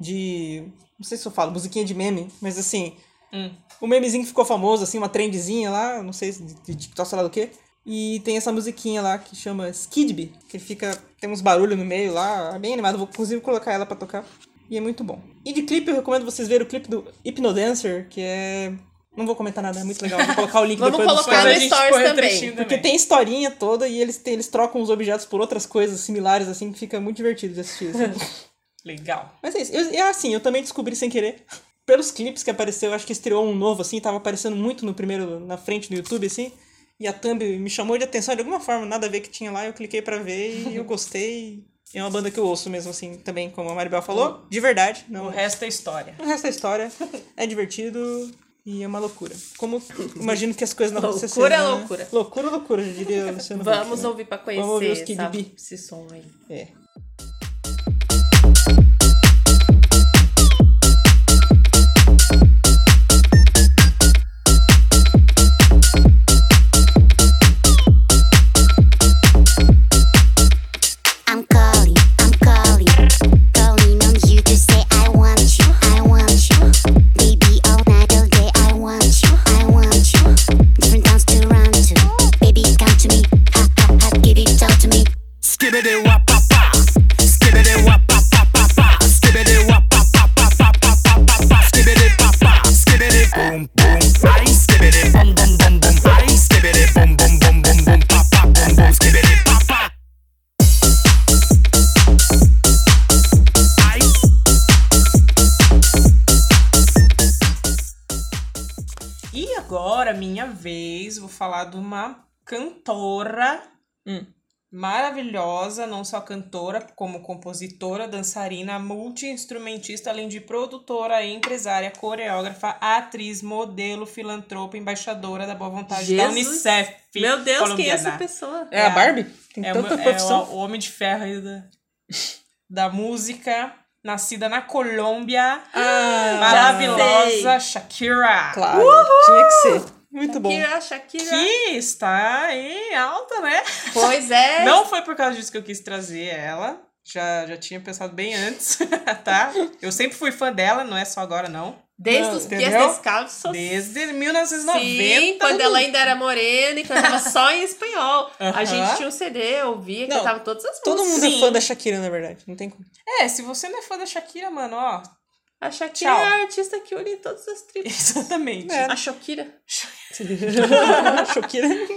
S4: de. Não sei se eu falo, musiquinha de meme, mas assim.
S3: Hum.
S4: O memezinho que ficou famoso, assim, uma trendzinha lá, não sei se de de TikTok, sei lá do quê. E tem essa musiquinha lá que chama Skidby, que fica. Tem uns barulhos no meio lá, é bem animado. Vou inclusive colocar ela pra tocar. E é muito bom. E de clipe eu recomendo vocês verem o clipe do Hypnodancer, que é. Não vou comentar nada, é muito legal. Vou colocar o link
S2: Vamos
S4: depois do
S2: colocar
S4: story.
S2: Tá no stories
S3: põe o
S2: também.
S3: trechinho
S4: Porque tem historinha toda e eles, têm- eles trocam os objetos por outras coisas similares, assim, que fica muito divertido de assistir. assim.
S3: Legal.
S4: Mas é isso. Eu, é assim, eu também descobri sem querer pelos clipes que apareceu, acho que estreou um novo, assim, tava aparecendo muito no primeiro, na frente do YouTube, assim. E a thumb me chamou de atenção de alguma forma, nada a ver que tinha lá, eu cliquei pra ver e eu gostei. É uma banda que eu ouço mesmo, assim, também, como a Maribel falou, de verdade. Não,
S3: O resto é história.
S4: o resto da história é divertido e é uma loucura. Como imagino que as coisas na
S2: Loucura,
S4: sejam, né?
S2: loucura.
S4: Loucura, loucura, eu diria Luciano Huck,
S2: Vamos
S4: né?
S2: ouvir pra conhecer
S4: Vamos ouvir os Kid
S2: essa-
S4: Bee.
S2: esse som aí.
S4: É.
S8: I'm calling, I'm calling, calling on you to say I want you, I want you, baby all night all day I want you, I want you, different towns to run to, baby come to me, ha ha ha, give it all to me.
S5: Skibbity wap pa pa. Skibbity wap pa pa pa pa. Skibbity wap pa pa pa pa pa pa pa pa. Skibbity pa pa. Skibbity boom boom bang. Skibbity boom boom boom boom bang. Skibbity boom boom boom boom boom pa pa boom boom. Skibbity pa pa. Ai.
S3: E agora, minha vez, vou falar de uma cantora
S4: Hum.
S3: maravilhosa, não só cantora, como compositora, dançarina, multi-instrumentista, além de produtora, empresária, coreógrafa, atriz, modelo, filantropa, embaixadora da boa vontade da
S2: Jesus.
S3: Unicef.
S2: Meu Deus, quem é essa
S3: colombiana.
S2: pessoa?
S4: É a Barbie? Tem
S3: É,
S4: tanta
S3: uma- é
S4: tá profissão.
S3: o, o homem de ferro aí da, da música, nascida na Colômbia, maravilhosa Shakira.
S4: Claro, tinha que ser. Muito bom.
S2: Shakira, Shakira.
S3: Que está aí alta, né?
S2: Pois é.
S3: Não foi por causa disso que eu quis trazer ela. Já, já tinha pensado bem antes, tá? Eu sempre fui fã dela, não é só agora, não.
S2: Desde
S3: Não,
S2: os pies
S3: entendeu?
S2: descalços.
S3: Desde
S2: Sim,
S3: 1990.
S2: assim, quando ela ainda era morena e cantava só em espanhol. A
S3: Aham.
S2: gente tinha um CD, eu ouvia,
S4: Não,
S2: cantava todas as
S4: Todo
S2: músicas.
S4: mundo é fã da Shakira, na verdade. Não tem como.
S3: É, se você não é fã da Shakira, mano, ó.
S2: A Shakira
S3: Tchau.
S2: é a artista que une todas as tribos.
S3: Exatamente.
S4: É.
S2: A Shakira.
S4: Shakira. é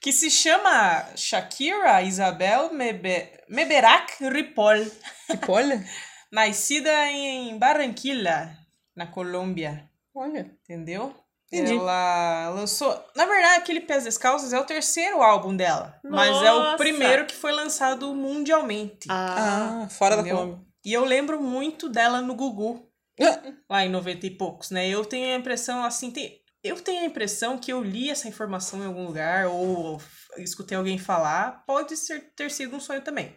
S3: Que se chama Shakira Isabel Mebe... Meberac Ripoll.
S4: Tipo, olha.
S3: Nascida em Barranquilla, na Colômbia.
S4: Olha.
S3: Entendeu?
S4: Entendi.
S3: Ela lançou. Na verdade, aquele Pés Descalços é o terceiro álbum dela. Mas é
S2: Nossa!
S3: o primeiro que foi lançado mundialmente.
S2: Ah,
S4: Ah, fora da
S3: Entendeu?
S4: Colômbia.
S3: E eu lembro muito dela no Gugu,
S4: Ah,
S3: lá em 90 e poucos, né? Eu tenho a impressão, assim, tem- eu tenho a impressão que eu li essa informação em algum lugar ou escutei alguém falar. Pode ser, ter sido um sonho também.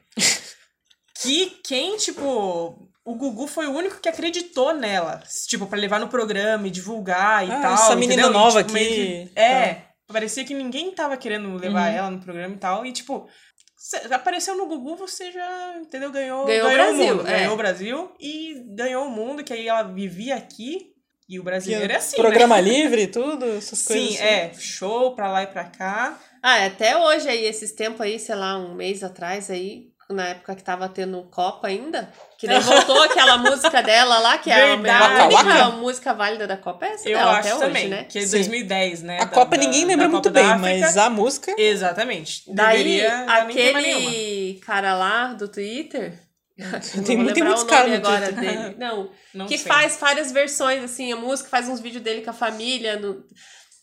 S3: que quem, tipo. O Gugu foi o único que acreditou nela. Tipo, pra levar no programa e divulgar e
S4: Ah,
S3: tal.
S4: essa menina
S3: entendeu? E,
S4: nova
S3: tipo, meio que-
S4: aqui, Ah. Uhum.
S3: É. Parecia que ninguém tava querendo levar ela no programa e tal. E, tipo, Cê- apareceu no Gugu, você já, entendeu? Ganhou,
S2: Ganhou o Brasil,
S3: mundo.
S2: é.
S3: Ganhou o Brasil e ganhou o mundo, que aí ela vivia aqui. E o brasileiro é assim, né?
S4: Programa livre e tudo, essas coisas.
S3: Sim,
S4: assim.
S3: é. Show pra lá e pra cá.
S2: Ah, até hoje aí, esses tempos aí, sei lá, um mês atrás aí, na época que tava tendo Copa ainda, que daí voltou aquela música dela lá, que é a-
S3: Verdade.
S2: a única
S4: Waka
S2: música válida da Copa é essa
S3: Eu
S2: dela até
S3: acho
S2: hoje,
S3: também,
S2: né?
S3: que é
S4: Sim.
S3: 2010, né?
S4: A
S3: da-
S4: Copa
S3: da-
S4: ninguém
S3: da
S4: lembra
S3: Copa
S4: muito
S3: da
S4: bem,
S3: África.
S4: mas a música.
S3: Exatamente.
S2: Daí,
S3: Deveria dar nem queima nenhuma.
S2: aquele cara lá do Twitter. não
S4: Tem
S2: vou
S4: muito- tem
S2: lembrar
S4: muitos
S2: o nome
S4: caras no
S2: agora
S4: Twitter.
S2: dele. Não,
S3: Não
S2: que
S3: sei.
S2: faz várias versões, assim, a música, faz uns vídeos dele com a família. No,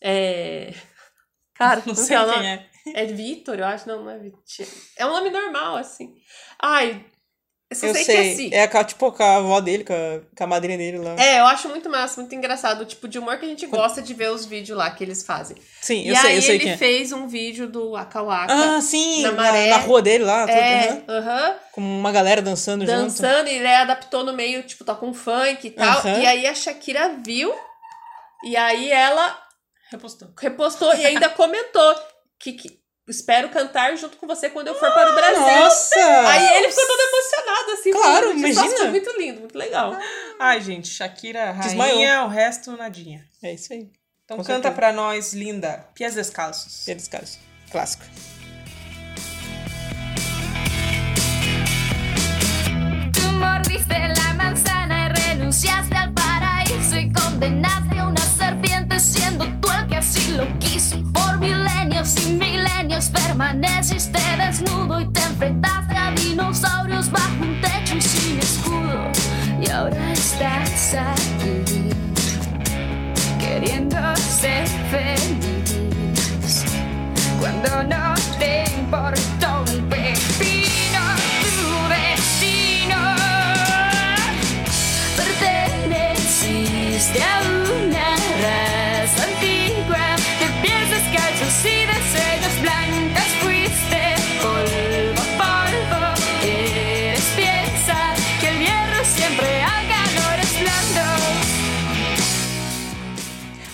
S2: é... Cara,
S3: Não
S2: como que
S3: sei
S2: é o nome?
S3: quem é.
S2: É Vitor, eu acho. Não, não é Vitor. É um nome normal, assim. Ai, eu só
S4: eu
S2: sei,
S4: sei.
S2: que é assim.
S4: É, a, tipo com a avó dele, com a, com a madrinha dele lá.
S2: É, eu acho muito massa, muito engraçado. O tipo de humor que a gente gosta de ver os vídeos lá que eles fazem.
S4: Sim, eu
S2: e
S4: sei,
S2: aí
S4: eu sei
S2: ele
S4: quem é.
S2: fez um vídeo do Waka Waka.
S4: Ah, sim,
S2: na
S4: na,
S2: maré.
S4: na rua dele lá, tudo,
S2: é,
S4: aham.
S2: aham.
S4: com uma galera dançando, junto.
S2: dançando e ele adaptou no meio, tipo, toca um funk e tal.
S4: Aham.
S2: E aí a Shakira viu, e aí ela
S3: Repostou.
S2: repostou e ainda comentou que, que espero cantar junto com você quando eu for para o Brasil.
S4: Nossa!
S2: Aí ele ficou todo emocionado, assim.
S4: Claro,
S2: falando disso. Nossa,
S4: imagina.
S2: muito lindo, muito legal.
S3: Ai, gente, Shakira, rainha,
S4: Desmaiou.
S3: o resto nadinha.
S4: É isso aí.
S3: Então
S4: Com
S3: canta
S4: certeza.
S3: pra nós, linda. Pies Descalços.
S4: Eles, caras. Clássico.
S1: Tú mordiste la manzana y renunciaste al paraíso y condenaste a una serpiente siendo tú el que así lo quiso. Por milenios y milenios permaneciste desnudo y te enfrentaste a dinosaurios bajo un techo y sin escudo. Y ahora estás aquí. Existe una raza antigua que piensas cachos y de sueños blancas fuiste polvo, polvo, eres piensa que el hierro siempre al calor es blando.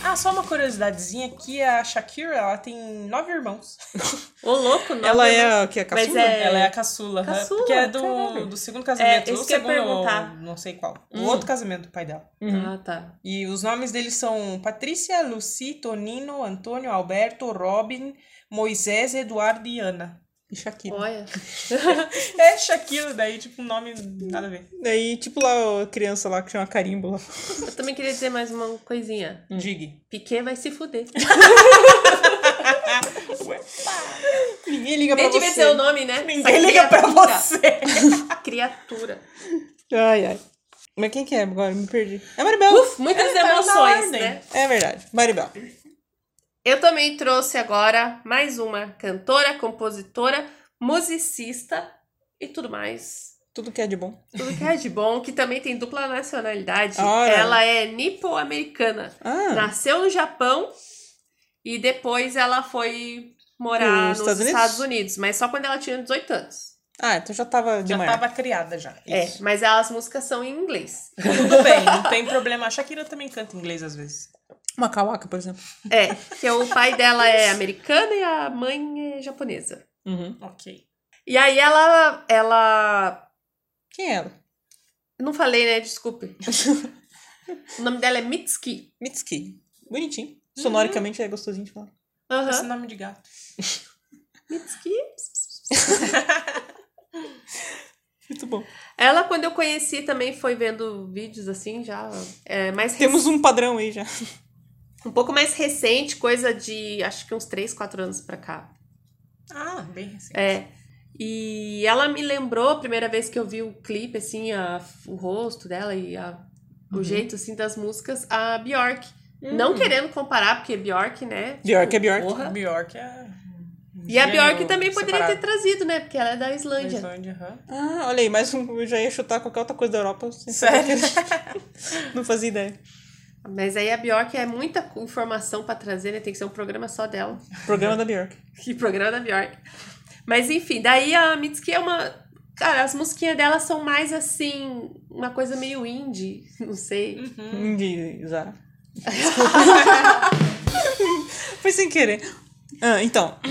S3: Ah, só uma curiosidadezinha que a Shakira, ela tem nove irmãos.
S2: Ô, louco, não.
S4: Ela é o que? A
S2: Mas
S4: caçula?
S2: é-
S3: Ela é a caçula, né?
S2: Caçula,
S3: porque é do,
S2: caralho.
S3: do segundo casamento.
S2: É, isso
S3: ou
S2: que eu ia
S3: segundo, ou
S2: perguntar. Hum.
S3: não sei qual. O outro casamento do pai dela.
S2: Ah, tá.
S3: E os nomes deles são Patrícia, Lucy, Tonino, Antônio, Alberto, Robin, Moisés, Eduardo e Ana. E Shakira.
S2: Olha.
S3: É Shakira, daí, tipo, nome nada a ver.
S4: Daí, tipo lá, a criança lá que chama carimbo lá.
S2: Eu também queria dizer mais uma coisinha.
S3: Hum. Dig.
S2: Piquet vai se fuder.
S4: Ninguém liga
S2: Nem
S4: pra
S2: devia
S4: você.
S2: ser o nome, né? Essa
S3: Ninguém liga pra
S2: criatura.
S3: você.
S2: Criatura.
S4: Ai, ai. Mas quem que é agora? Me perdi. É Maribel.
S2: Uf, muitas
S3: tá na
S2: emoções,
S3: ordem.
S2: né?
S4: É verdade. Maribel.
S2: Eu também trouxe agora mais uma cantora, compositora, musicista e tudo mais.
S4: Tudo que é de bom.
S2: Tudo que é de bom, que também tem dupla nacionalidade.
S4: Ora.
S2: Ela é nipo-americana.
S4: Ah,
S2: Nasceu no Japão e depois ela foi morar
S4: Nos
S2: nos
S4: Estados
S2: Estados,
S4: Unidos?
S2: Unidos, mas só quando ela tinha 18 anos.
S4: ah então já tava de
S3: Já
S4: maior.
S3: tava criada já.
S2: É, mas as músicas são em inglês.
S3: Tudo bem, não tem problema. A Shakira também canta inglês às vezes.
S4: Uma calaca, por exemplo.
S2: É, que o pai dela é americano e a mãe é japonesa.
S4: Uhum.
S3: Ok.
S2: E aí ela ela
S4: Quem é ela?
S2: não falei, né? Desculpe. o nome dela é Mitski.
S4: Mitsuki. Bonitinho. Sonoricamente é gostosinho de falar.
S3: Esse
S2: Aham.
S3: nome de gato.
S2: Assim, Mitski.
S4: Muito bom.
S2: Ela, quando eu conheci, também foi vendo vídeos assim, já. É, mais
S4: Temos um padrão aí já.
S2: Um pouco mais recente, coisa de acho que uns 3, 4 anos pra cá.
S3: Ah, bem recente.
S2: É. E ela me lembrou a primeira vez que eu vi o clipe, assim, a- o rosto dela e a-
S4: Uhum.
S2: o jeito, assim, das músicas, a Bjork. Não querendo comparar, porque Bjork, né?
S4: Hum. Bjork é Bjork.
S2: Porra.
S3: Bjork é.
S2: E a Bjork
S3: gênio
S2: também poderia ter
S3: Né, separado.
S2: trazido, né? Porque ela é da Islândia.
S3: Islândia, aham.
S4: Ah, olha aí, mais um. Eu já ia chutar qualquer outra coisa da Europa. sem
S3: Sério?
S4: saber que- Não fazia ideia.
S2: Mas aí a Bjork é muita informação pra trazer, né? Tem que ser um programa só dela.
S4: Programa da Bjork.
S2: Que programa da Bjork. Mas enfim, daí a Mitski é uma. Cara, as musiquinhas dela são mais assim, uma coisa meio indie, não sei.
S4: Hum, De Zara. Foi sem querer. Ah, então.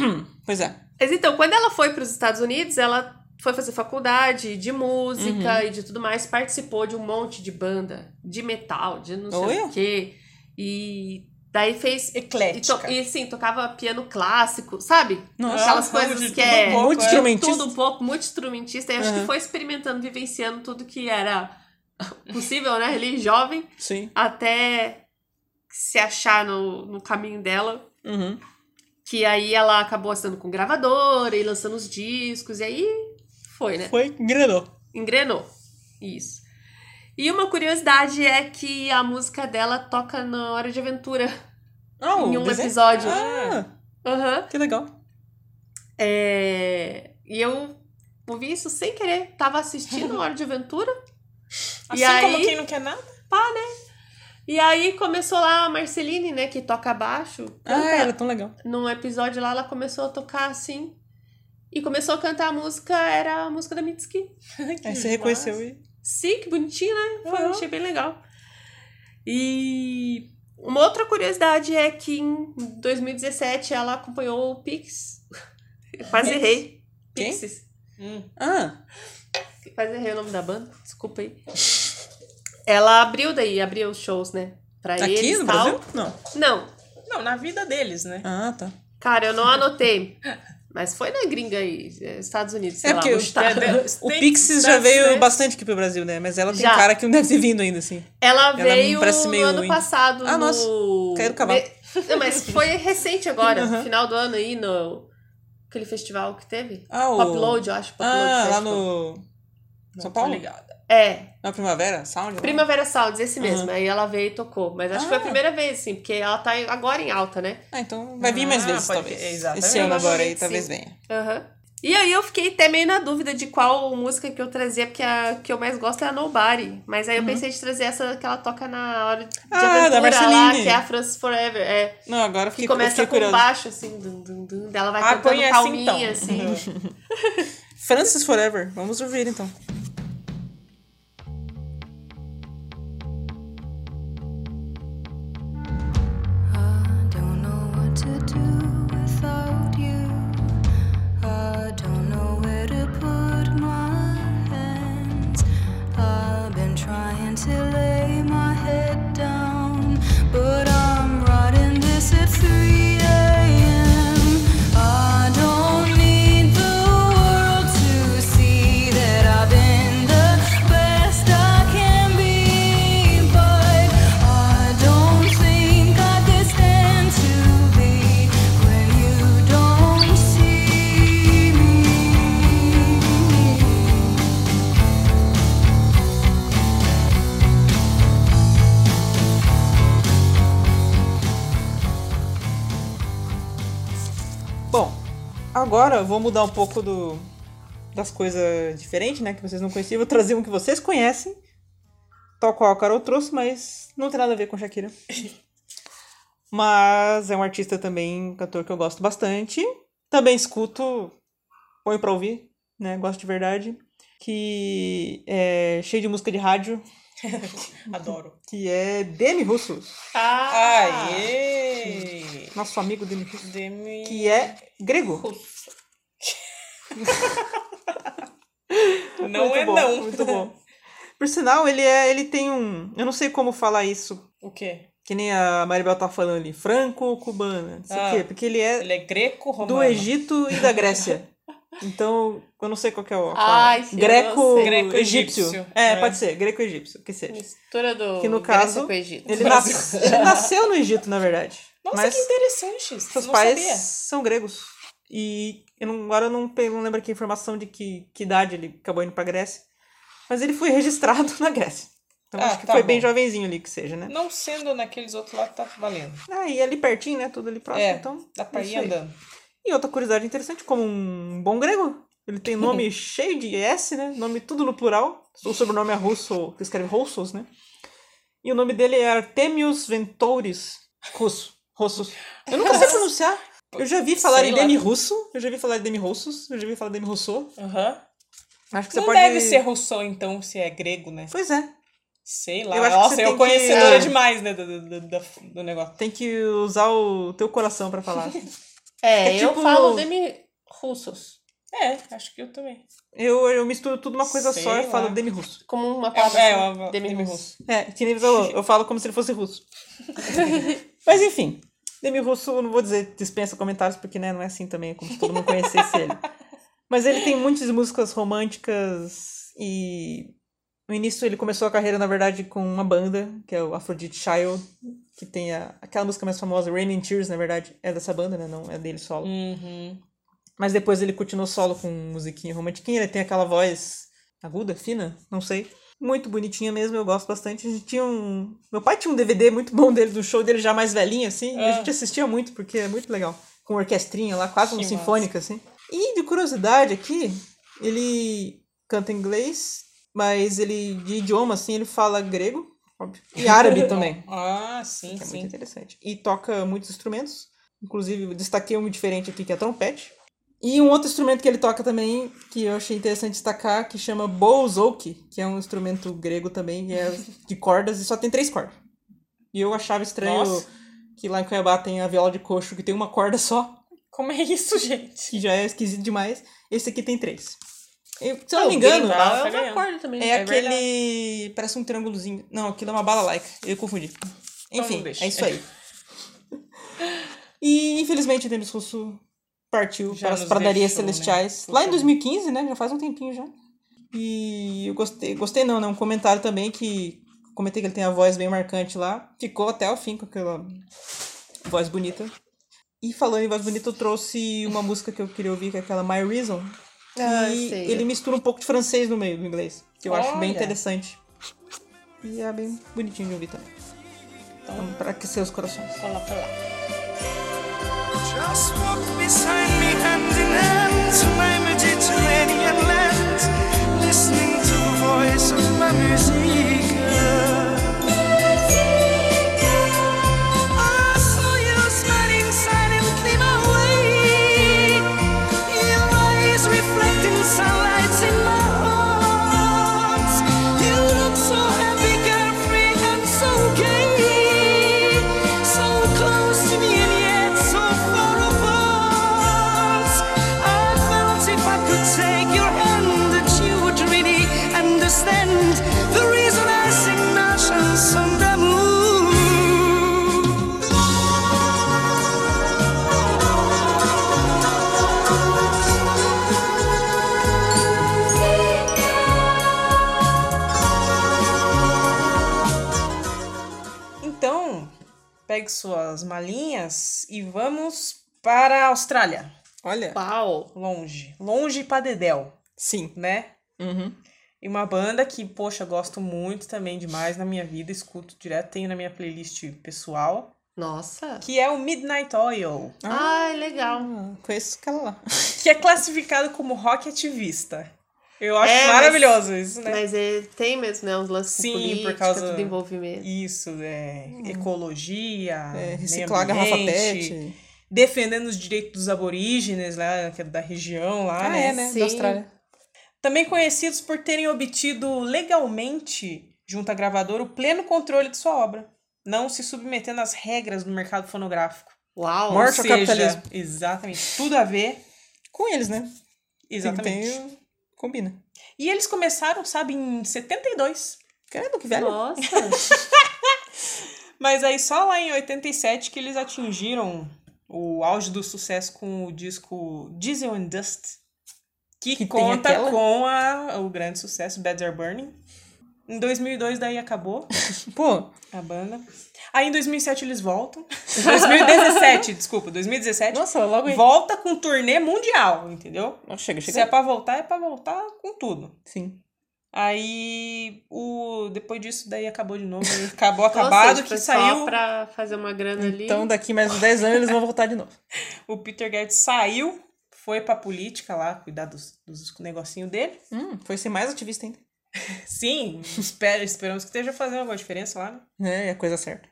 S4: Pois é.
S2: Mas então, quando ela foi para os Estados Unidos, ela foi fazer faculdade de música
S3: Uhum.
S2: e de tudo mais, participou de um monte de banda de metal, de não sei
S4: Olha.
S2: o quê. E daí fez. E, to-
S3: Eclética.
S2: e, assim, tocava piano clássico, sabe?
S4: Nossa.
S2: Aquelas
S3: Ah,
S2: coisas
S3: de
S2: que
S3: tudo
S2: é.
S3: um pouco,
S4: Muito
S3: é.
S4: instrumento. instrumentista.
S2: tudo um pouco, muito instrumentista, e acho que foi experimentando, vivenciando tudo que era possível, né? Ele jovem,
S4: Sim.
S2: até se achar no, no caminho dela.
S4: Uhum.
S2: Que aí ela acabou assinando com gravadora e lançando os discos, e aí foi, né?
S4: Foi, engrenou.
S2: Engrenou. Isso. E uma curiosidade é que a música dela toca na Hora de Aventura,
S4: Ah, o
S2: em um
S4: desenho?
S2: episódio.
S4: Ah,
S2: Aham.
S4: que legal.
S2: É, E eu ouvi isso sem querer. Tava assistindo Hora de Aventura.
S3: Assim
S2: e
S3: como
S2: aí,
S3: quem não quer nada.
S2: e aí começou lá a Marceline, né, que toca baixo.
S4: Ah,
S2: canta.
S4: era tão legal.
S2: Num episódio lá, ela começou a tocar assim. E começou a cantar a música, era a música da Mitski.
S4: Aí você reconheceu e.
S2: Sim, que bonitinho, né? Foi,
S4: Uhum.
S2: Achei bem legal. E uma outra curiosidade é que em 2017 ela acompanhou o Pix. Quase errei.
S4: Quem?
S2: Pixies.
S3: Hum.
S4: Ah,
S2: Faz errei o nome da banda, desculpa aí. Ela abriu daí, abriu os shows, né? Pra
S4: tá aqui
S2: eles
S4: no
S2: e tal.
S4: Brasil? Não.
S2: Não.
S3: Não, na vida deles, né?
S4: Ah, tá.
S2: Cara, eu não anotei. Mas foi na gringa aí, é, Estados Unidos, sei
S4: é
S2: lá.
S4: porque
S2: onde
S4: o,
S2: tá.
S4: o
S3: Tem-
S4: Pixies
S3: deve
S4: já veio
S3: ser.
S4: bastante aqui pro Brasil, né? Mas ela tem
S2: Já.
S4: cara que não deve ter vindo ainda, assim.
S2: Ela
S4: me
S2: veio
S4: parece
S2: no
S4: meio
S2: ano
S4: índia.
S2: passado.
S4: Ah,
S2: no...
S4: nossa, caiu do cavalo.
S2: Ne- Não, mas foi recente agora,
S4: Aham.
S2: final do ano aí, no... Aquele festival que teve.
S4: Ah, o...
S2: Popload, eu acho. Popload
S4: Ah, lá
S2: Festival.
S4: no... São
S3: Tô
S4: Paulo?
S3: ligada.
S2: É,
S4: Na Primavera? Sound?
S2: Primavera Sounds, esse mesmo.
S4: Uhum.
S2: Aí ela veio e tocou. Mas acho que foi a
S4: Ah.
S2: primeira vez, assim, porque ela tá agora em alta, né?
S4: Ah, então vai vir mais
S3: Ah,
S4: vezes,
S3: pode
S4: talvez.
S3: que- exatamente.
S4: Esse ano agora aí,
S2: Provavelmente
S4: talvez
S2: sim.
S4: venha.
S2: Aham. E aí eu fiquei até meio na dúvida de qual música que eu trazia, porque a que eu mais gosto é a Nobody. Mas
S4: Uhum.
S2: aí eu pensei de trazer essa que ela toca na hora de
S3: Ah, da
S2: aventura lá,
S3: Marceline.
S2: que é a France Forever. É,
S3: Não, agora eu
S2: que
S3: fiquei, eu
S2: começa
S3: fiquei
S2: com
S3: curioso.
S2: baixo, assim, dum, dum, dum, dela vai
S3: Ah, põe
S2: cantando
S3: essa
S2: calminha,
S3: então.
S2: assim.
S4: Francis Forever. Vamos ouvir então.
S7: I don't know what to do without you. I don't know where to put my hands. I've been trying to lay my head down, but I'm writing this at 3 a.m. I don't need the world to see that I've been the best I can be, but I don't think I could stand to be when you don't see me.
S4: Bom, agora eu vou mudar um pouco do, das coisas diferentes, né? Que vocês não conheciam. Vou trazer um que vocês conhecem. Tal qual a Carol trouxe, mas não tem nada a ver com Shakira. mas é um artista também, cantor que eu gosto bastante. Também escuto, põe pra ouvir, né? Gosto de verdade. Que é cheio de música de rádio,
S3: Adoro.
S4: que é Demi Russo.
S2: Ah,
S3: Aê!
S4: Nosso amigo Demi Russo.
S3: Demi...
S4: Que é grego.
S3: Não
S4: muito
S3: é
S4: bom,
S3: não.
S4: Muito bom. Por sinal, ele é, ele tem um, eu não sei como falar isso,
S3: O quê?
S4: que nem a Maribel tá falando ali, franco ou cubana, não sei o
S3: Ah.
S4: quê, porque ele é
S3: Ele é greco-romano.
S4: do Egito e da Grécia. Então, eu não sei qual que é o
S2: Ai, sim, eu
S4: greco,
S2: sei.
S4: egípcio.
S3: Greco-egípcio.
S4: É,
S3: É.
S4: pode ser, greco egípcio, que seja.
S2: mistura do
S4: Que no
S2: Grécia
S4: caso,
S2: com o Egito.
S4: Ele, nas- ele nasceu no Egito, na verdade.
S3: Nossa,
S4: mas
S3: que interessante. isso.
S4: seus
S3: não
S4: pais
S3: sabia.
S4: são gregos. E eu não- agora eu não, pe- não lembro aqui a informação de que, que idade ele acabou indo pra Grécia. Mas ele foi registrado na Grécia. Então
S3: Ah,
S4: acho que
S3: tá
S4: foi
S3: bom.
S4: bem jovenzinho ali que seja, né?
S3: Não sendo naqueles outros lá, tá valendo.
S4: Ah, e ali pertinho, né? Tudo ali próximo,
S3: É,
S4: então.
S3: Dá pra
S4: isso
S3: ir
S4: aí.
S3: andando.
S4: E outra curiosidade interessante, como um bom grego. Ele tem nome cheio de S, né? Nome tudo no plural. O sobrenome é russo, que escreve russos, né? E o nome dele é Artemius Ventouris. Russo. Russos. Eu nunca sei pronunciar. Eu já vi falar
S3: Sei
S4: em
S3: lá.
S4: Demi Russo. Eu já vi falar em Demi Russos. Eu já vi falar em Demi Rousseau.
S3: Aham.
S4: Acho que você
S3: Não
S4: pode...
S3: deve ser Rousseau, então, se é grego, né?
S4: Pois é.
S3: Sei lá.
S4: Eu acho que
S3: Nossa,
S4: você tem
S3: eu
S4: que-
S3: conhecedora
S4: Ah.
S3: demais, né, do, do, do, do negócio.
S4: Tem que usar o teu coração pra falar.
S2: É,
S4: é
S2: eu
S4: tipo-
S2: falo demi russos
S3: É, acho que eu também.
S4: Eu, eu misturo tudo uma coisa
S3: Sei
S4: só e falo
S3: lá.
S4: Demi Russo.
S2: como uma
S3: É,
S2: palavra
S3: é,
S2: só,
S3: uma-
S2: demi
S3: demi
S2: russo.
S4: É, que nem você falou, eu falo como se ele fosse russo. Mas enfim, Demi Russo, não vou dizer dispensa comentários, porque né, não é assim também, é como se todo mundo conhecesse ele. Mas ele tem muitas músicas românticas e no início ele começou a carreira, na verdade, com uma banda, que é o Aphrodite Child, que tem a, aquela música mais famosa, Rain in Tears, na verdade, é dessa banda, né? Não é dele solo.
S3: Uhum.
S4: Mas depois ele continuou solo com musiquinha romantiquinha, ele tem aquela voz aguda, fina, não sei. Muito bonitinha mesmo, eu gosto bastante. A gente tinha um. Meu pai tinha um DVD muito bom dele, do show dele já mais velhinho, assim, e a
S3: Ah.
S4: gente assistia muito, porque é muito legal. Com orquestrinha lá, quase um
S3: Que
S4: sinfônica, assim. E de curiosidade aqui, ele canta inglês, mas ele, de idioma, assim, ele fala grego, óbvio, e árabe também.
S3: Ah, sim,
S4: É muito
S3: sim.
S4: interessante. E toca muitos instrumentos. Inclusive, eu destaquei um diferente aqui, que é a trompete. E um outro instrumento que ele toca também, que eu achei interessante destacar, que chama bouzouki, que é um instrumento grego também, e é de cordas, e só tem três cordas. E eu achava estranho
S3: Nossa.
S4: que lá em Cuiabá tem a viola de coxo, que tem uma corda só,
S3: Como é isso, gente?
S4: que já é esquisito demais. Esse aqui tem três. E, se eu não me
S3: Alguém
S4: engano,
S3: tá
S2: Ah,
S3: Tá
S2: eu não
S3: ganhando.
S2: acordo também.
S4: é,
S3: É
S4: aquele. Parece um triângulozinho. Não, aquilo é uma bala laica. Eu confundi. Enfim,
S3: Então deixa.
S4: é isso aí. e infelizmente o Demis Russo partiu
S3: Já
S4: para as
S3: nos
S4: pradarias
S3: deixou, né?
S4: celestiais.
S3: Puxa
S4: Lá em
S3: vida.
S4: 2015, né? Já faz um tempinho já. E eu gostei. Gostei não, né? Um comentário também que. Comentei que ele tem a voz bem marcante lá. Ficou até o fim com aquela voz bonita. E falando em voz bonita, eu trouxe uma música que eu queria ouvir, que é aquela My Reason.
S2: Ah,
S4: e
S2: sei.
S4: ele mistura um pouco de francês no meio do inglês, que eu acho bem
S3: Olha.
S4: interessante. E é bem bonitinho de ouvir também. Então, pra aquecer os corações.
S3: Fala pra lá.
S5: Just walk beside me hand in hand. I'm a listening to the voice of my music. I saw you smiling silently my way. Your eyes reflecting sunlight in my heart. You look so happy, carefree, and so gay. So close to me and yet so far apart. I felt if I could take your hand that you would really understand the reason I sing my chanson d'amour.
S3: Então, pegue suas malinhas e vamos para a Austrália.
S4: Olha.
S2: Uau!
S3: Longe. Longe pra Dedéu,
S4: Sim.
S3: né?
S4: Uhum.
S3: E uma banda que, poxa, gosto muito também demais na minha vida, escuto direto, tenho na minha playlist pessoal,
S2: Nossa!
S3: que é o Midnight Oil,
S2: Ai, legal!
S4: Ah, conheço aquela lá.
S3: que é classificado como rock ativista. Eu acho
S2: É, mas-
S3: maravilhoso isso, né?
S2: Mas ele tem mesmo, né? Uns lances com
S3: Sim, por
S2: política,
S3: causa-
S2: tudo envolvimento.
S3: Isso, é ecologia,
S4: É,
S3: meio
S4: reciclar a garrafa
S3: ambiente,
S4: PET.
S3: defendendo os direitos dos aborígenes lá, que é da região lá,
S4: Ah,
S3: né?
S4: é, né?
S2: sim.
S4: Da Austrália.
S3: Também conhecidos por terem obtido legalmente, junto à gravadora, o pleno controle de sua obra, não se submetendo às regras do mercado fonográfico.
S2: Uau!
S4: Morte ao capitalismo.
S3: Exatamente, tudo a ver.
S4: Com eles, né? Tem que ter-
S3: Exatamente.
S4: Então, combina.
S3: E eles começaram, sabe, em 72.
S4: Credo, que velho.
S2: Nossa!
S3: Mas aí só lá em 87 que eles atingiram o auge do sucesso com o disco Diesel and Dust, que,
S4: Que tem
S3: conta
S4: aquela?
S3: com a- o grande sucesso Beds Are Burning. Em 2002 daí acabou
S4: Pô,
S3: a banda. Aí em 2007 eles voltam. 2017, desculpa, 2017.
S4: nossa, logo aí.
S3: Volta com turnê mundial, entendeu?
S4: Nossa, chega,
S3: Se é
S4: chega.
S3: pra voltar, é pra voltar com tudo.
S4: Sim.
S3: Aí, o... depois disso, daí acabou de novo. aí Acabou
S2: Ou
S3: acabado,
S2: seja,
S3: que
S2: foi
S3: saiu...
S2: Só pra fazer uma grana ali.
S4: Então daqui mais uns 10 anos eles vão voltar de novo.
S3: O Peter Guedes saiu, foi pra política lá, cuidar dos, dos negocinhos dele.
S4: Hum, foi ser mais ativista ainda.
S3: Sim, espera- esperamos que esteja fazendo alguma diferença lá, né?
S4: É, é a coisa certa.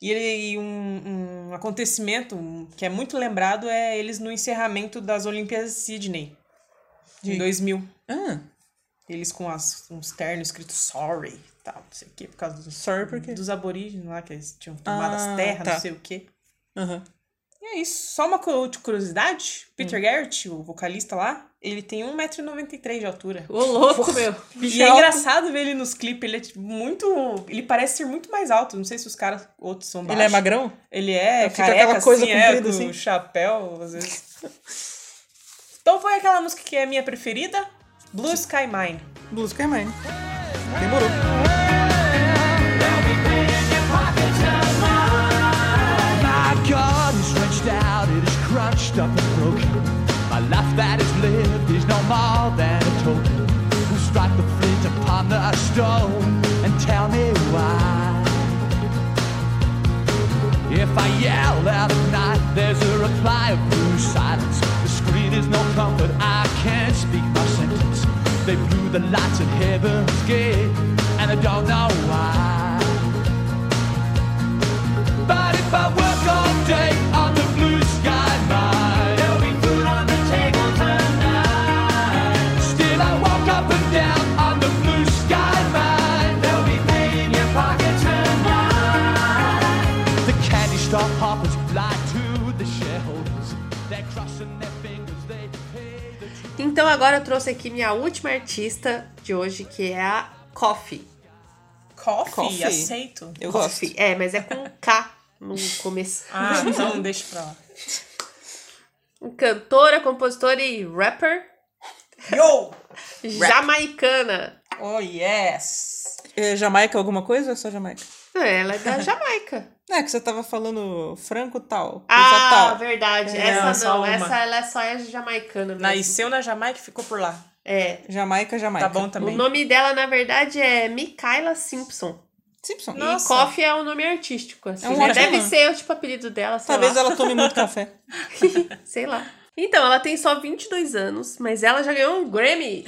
S3: E, ele, e um, um acontecimento que é muito lembrado é eles no encerramento das Olimpíadas de Sydney, de
S4: De-
S3: 2000.
S4: Ah,
S3: Eles com as, uns ternos escrito sorry e tal, não sei o quê, por causa dos,
S4: Sorry por quê?
S3: dos aborígenes lá, que eles tinham tomado as
S4: Ah,
S3: terras, não
S4: tá.
S3: sei o quê.
S4: aham.
S3: E é isso. Só uma cu- curiosidade:
S4: Hum.
S3: Peter Garrett, o vocalista lá, ele tem 1,93m de altura.
S2: Ô, louco, meu!
S3: E é engraçado ver ele nos clipes, ele é tipo, muito. Ele parece ser muito mais alto. Não sei se os caras outros são baixos.
S4: Ele é magrão?
S3: Ele é
S4: Fica
S3: careca,
S4: aquela coisa
S3: assim, é,
S4: comprida,
S3: com
S4: assim.
S3: chapéu, às vezes. então foi aquela música que é minha preferida, Blue Sky Mine.
S4: Blue Sky Mine. Demorou.
S9: My garden stretched out, it is crunched up and broken. My life that is lived is no more than a token. Who strike the flint upon the stone and tell me why? If I yell out at night, there's a reply of blue silence. The screen is no comfort, I can't speak my sentence. They blew the lights at heaven's gate, and I don't know why. But if I work all day on the blue sky mine, there'll be food on the table tonight. Still I walk up and down on the blue sky mine. There'll be pay in your pocket tonight. The candy store hoppers lie to the shareholders. They're crossing their fingers, they pay the
S2: Então agora eu trouxe aqui minha última artista de hoje, que é a Coffee.
S3: Coffee,
S4: Coffee.
S3: aceito.
S4: Eu
S2: Coffee.
S4: gosto.
S2: É, mas é com K no começo.
S3: Ah, então deixa pra lá.
S2: Cantora, compositora e rapper
S3: Yo!
S2: jamaicana.
S3: Oh, yes!
S4: É Jamaica alguma coisa ou é só Jamaica?
S2: Ela é da Jamaica.
S4: É, que você tava falando franco tal. coisa
S2: Ah,
S4: tal.
S2: verdade.
S3: Não,
S2: essa
S3: só
S2: não.
S3: uma.
S2: Essa ela é só é jamaicana mesmo.
S3: Nasceu na Jamaica e ficou por lá.
S2: É.
S4: Jamaica, Jamaica.
S3: Tá bom também.
S2: O nome dela, na verdade, é Micaela Simpson.
S4: Simpson.
S3: Nossa.
S2: E Coffee é o nome artístico, assim.
S4: É um
S2: né?
S4: ótimo
S2: Deve
S4: nome.
S2: ser o tipo apelido dela, sei
S4: Talvez
S2: lá.
S4: ela tome muito café.
S2: Sei lá. Então, ela tem só 22 anos, mas ela já ganhou um Grammy.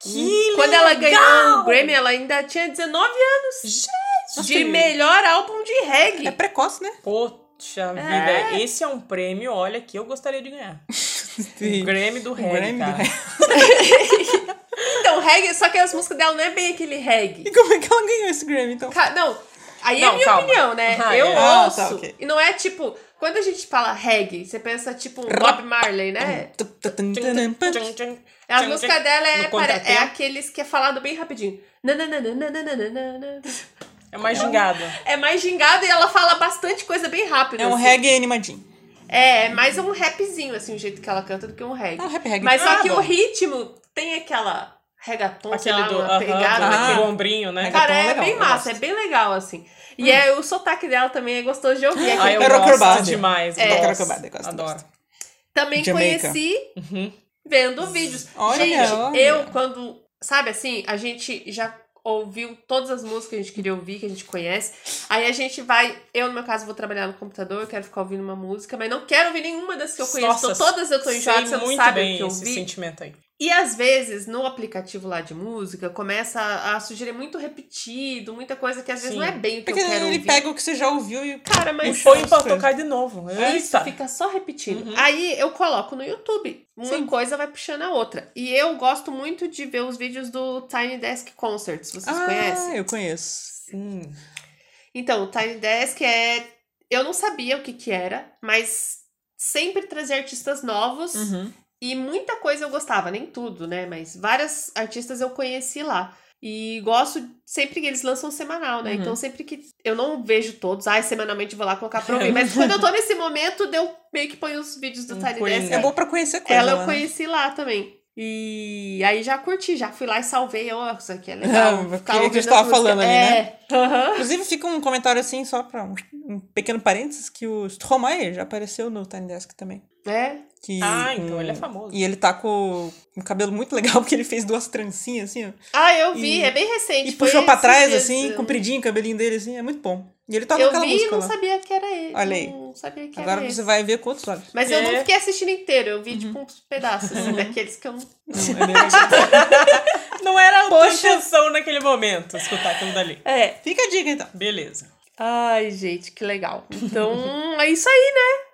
S3: Que
S2: Quando ela ganhou
S3: legal!
S2: o Grammy, ela ainda tinha 19 anos
S3: Jesus!
S2: de melhor álbum de reggae.
S4: É precoce, né?
S3: Poxa vida, esse é um prêmio, olha, que eu gostaria de ganhar. O Grammy do
S4: Grammy
S3: reggae,
S4: Um do
S3: cara.
S4: reggae.
S2: Então, reggae, só que as músicas dela não é bem aquele reggae.
S4: E como é que ela ganhou esse Grammy, então?
S2: Ca- Não, aí é
S3: Não,
S2: minha
S3: calma.
S2: opinião, né?
S3: Ah,
S2: eu
S3: é.
S4: Ah,
S2: ouço.
S4: tá, ok.
S2: E não é tipo, quando a gente fala reggae, você pensa tipo um Bob Marley, né?
S3: Tchum, tchum, tchum.
S2: A
S3: Tchum,
S2: música
S3: tchum.
S2: dela
S3: No
S2: é, pare- é
S3: contratempo.
S2: aqueles que é falado bem rapidinho. Nananana.
S3: É mais gingada.
S2: É mais gingado e ela fala bastante coisa bem rápido.
S4: É um
S2: assim.
S4: reggae animadinho.
S2: É, é mais um rapzinho, assim, o jeito que ela canta do que um reggae.
S4: É um rap reggae.
S2: Mas
S4: Ah,
S2: só que
S4: bom.
S2: o ritmo tem aquela reggaeton, sei
S3: Aquele
S2: lá,
S3: do...
S2: uma
S3: aham,
S2: pegada.
S4: aham.
S2: aquele-
S3: aquele ombrinho, né?
S2: Cara, é
S4: reggaeton Ah. é legal,
S2: bem
S4: eu
S2: massa, é
S4: gosto.
S2: bem legal, assim. E é, o sotaque dela também é gostoso de ouvir.
S3: Hum. Ah,
S2: aquele-
S3: eu
S4: É
S3: gosto
S4: rockabilly.
S3: demais.
S2: É.
S3: gosto.
S4: Rockabilly, gosto,
S3: Adoro.
S2: Também
S4: Jamaica.
S2: conheci
S3: Uhum.
S2: vendo vídeos.
S4: Olha,
S2: gente,
S4: olha.
S2: eu quando. Sabe assim, a gente já ouviu todas as músicas que a gente queria ouvir, que a gente conhece. Aí a gente vai. Eu, no meu caso, vou trabalhar no computador, eu quero ficar ouvindo uma música, mas não quero ouvir nenhuma das que eu conheço.
S3: Nossa,
S2: então, todas eu tô enjoada, você
S3: Sei
S2: não
S3: muito
S2: sabe
S3: bem
S2: o que eu
S3: esse
S2: ouvi.
S3: sentimento aí.
S2: E às vezes, no aplicativo lá de música, começa a, a sugerir muito repetido, muita coisa que às vezes
S3: Sim.
S2: não é bem o que
S4: Porque
S2: eu quero
S4: ele
S2: ouvir.
S4: pega um o que você já ouviu e.
S2: Cara,
S3: E
S2: mas
S3: põe pra
S4: Nossa.
S3: tocar de novo.
S2: isso
S3: Eita.
S2: fica só repetindo.
S3: Uhum.
S2: Aí eu coloco no YouTube. Uma
S4: Sim.
S2: coisa vai puxando a outra. E eu gosto muito de ver os vídeos do Tiny Desk Concerts. Vocês
S4: ah,
S2: conhecem?
S4: eu conheço.
S3: Hum.
S2: Então, o Tiny Desk é. Eu não sabia o que, que era, mas sempre trazer artistas novos.
S4: Uhum.
S2: E muita coisa eu gostava, nem tudo, né? Mas várias artistas eu conheci lá. E gosto sempre que eles lançam semanal, né?
S3: Uhum.
S2: Então sempre que eu não vejo todos, ai, semanalmente vou lá colocar pra ouvir. Mas quando eu tô nesse momento, eu meio que ponho os vídeos do
S3: Um
S2: Tiny
S3: coringa.
S2: Desk.
S4: É bom pra conhecer coisa.
S2: Ela
S4: lá,
S2: eu
S4: né?
S2: conheci lá também. E aí já curti, já fui lá e salvei. ó, isso aqui é legal. Ficar
S4: Ah, aquele que a
S2: ouvindo
S4: gente tava
S2: as músicas.
S4: falando ali,
S2: é.
S4: né?
S2: Aham.
S4: Inclusive, fica um comentário assim, só pra um, um pequeno parênteses, que o Stromae já apareceu no Tiny Desk também.
S2: É.
S4: Que,
S3: Ah, então
S4: um-
S3: ele é famoso.
S4: E ele tá com um cabelo muito legal, porque ele fez duas trancinhas, assim, ó.
S2: Ah, eu vi,
S4: E-
S2: é bem recente.
S4: E
S2: foi
S4: puxou pra
S2: esses
S4: trás,
S2: dias,
S4: assim,
S2: eu-
S4: compridinho o cabelinho dele, assim. É muito bom. E ele toca
S2: Eu
S4: aquela
S2: vi e
S4: música
S2: não
S4: lá.
S2: sabia que era ele.
S4: Olha aí.
S2: Não sabia que
S4: Agora
S2: era ele.
S4: você vai ver com outros olhos.
S2: Mas eu
S3: É.
S2: não fiquei assistindo inteiro, eu vi tipo uns pedaços, assim, daqueles que eu não.
S4: Não, é bem legal.
S3: Não era a tua
S4: Poxa.
S3: intenção naquele momento, escutar aquilo dali.
S2: É.
S4: Fica a dica, então.
S3: Beleza.
S2: Ai, gente, que legal. Então, é isso aí, né?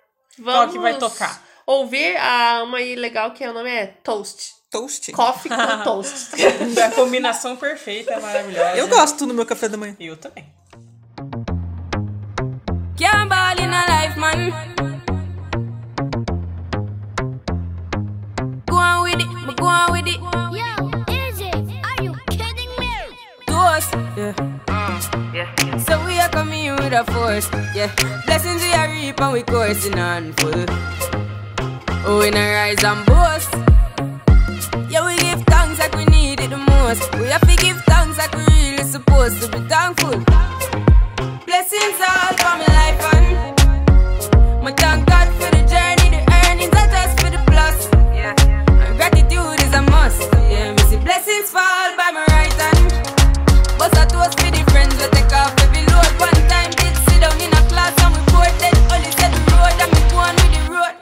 S2: Vamos
S3: Qual que vai tocar?
S2: Ouvir a, uma aí legal que o nome é Toast.
S4: Toast.
S2: Coffee com Toast.
S3: É A combinação perfeita, maravilhosa.
S4: Eu gosto no meu café da manhã.
S3: Eu também.
S6: Can't ball in a life, man. Go on with it, me go on with it.
S8: Are you kidding me?
S6: To us, yeah. So we are coming here with a force, yeah. Blessings we are reap and we coursing on full. Oh, in a rise and boast. Yeah, we give thanks like we need it the most. We have to give thanks like we really supposed to be thankful. Blessings all for my life and my thank God for the journey, the earnings are just for the plus. Yeah, and gratitude is a must. Yeah, me see blessings fall by my right hand. But I toast for the friends we take off every load. One time did sit down in a class and we bored then only said the road and we go on with the road.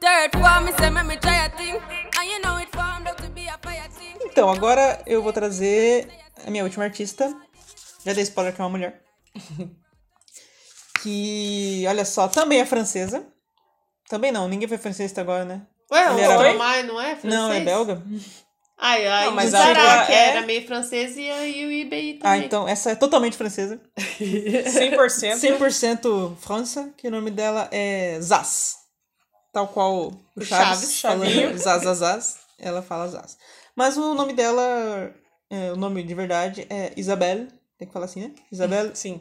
S6: Third form, me say me me try a thing, and you know it formed up to be a fire thing.
S4: Então, agora eu vou trazer a minha última artista. Já dei spoiler que é uma mulher. que, olha só, também é francesa. Também não, ninguém foi francês até agora, né?
S2: Ué,
S4: Ele
S2: o
S4: era
S2: Stromae não é francês?
S4: Não, é belga.
S2: Ai, ai,
S4: Não, mas
S2: o Zará,
S4: ela-
S2: que
S4: é-
S2: era meio francês, e, aí o Ibei
S4: Ah,
S2: também.
S4: então, essa é totalmente francesa.
S3: 100%.
S4: 100% França, que o nome dela é Zaz. Tal qual o Chaves,
S2: Chaves,
S4: falando
S3: Chavinho.
S4: Zaz, Zaz, Zaz, ela fala Zaz. Mas o nome dela, é, o nome de verdade é Isabelle, tem que falar assim, né? Isabelle
S3: Sim,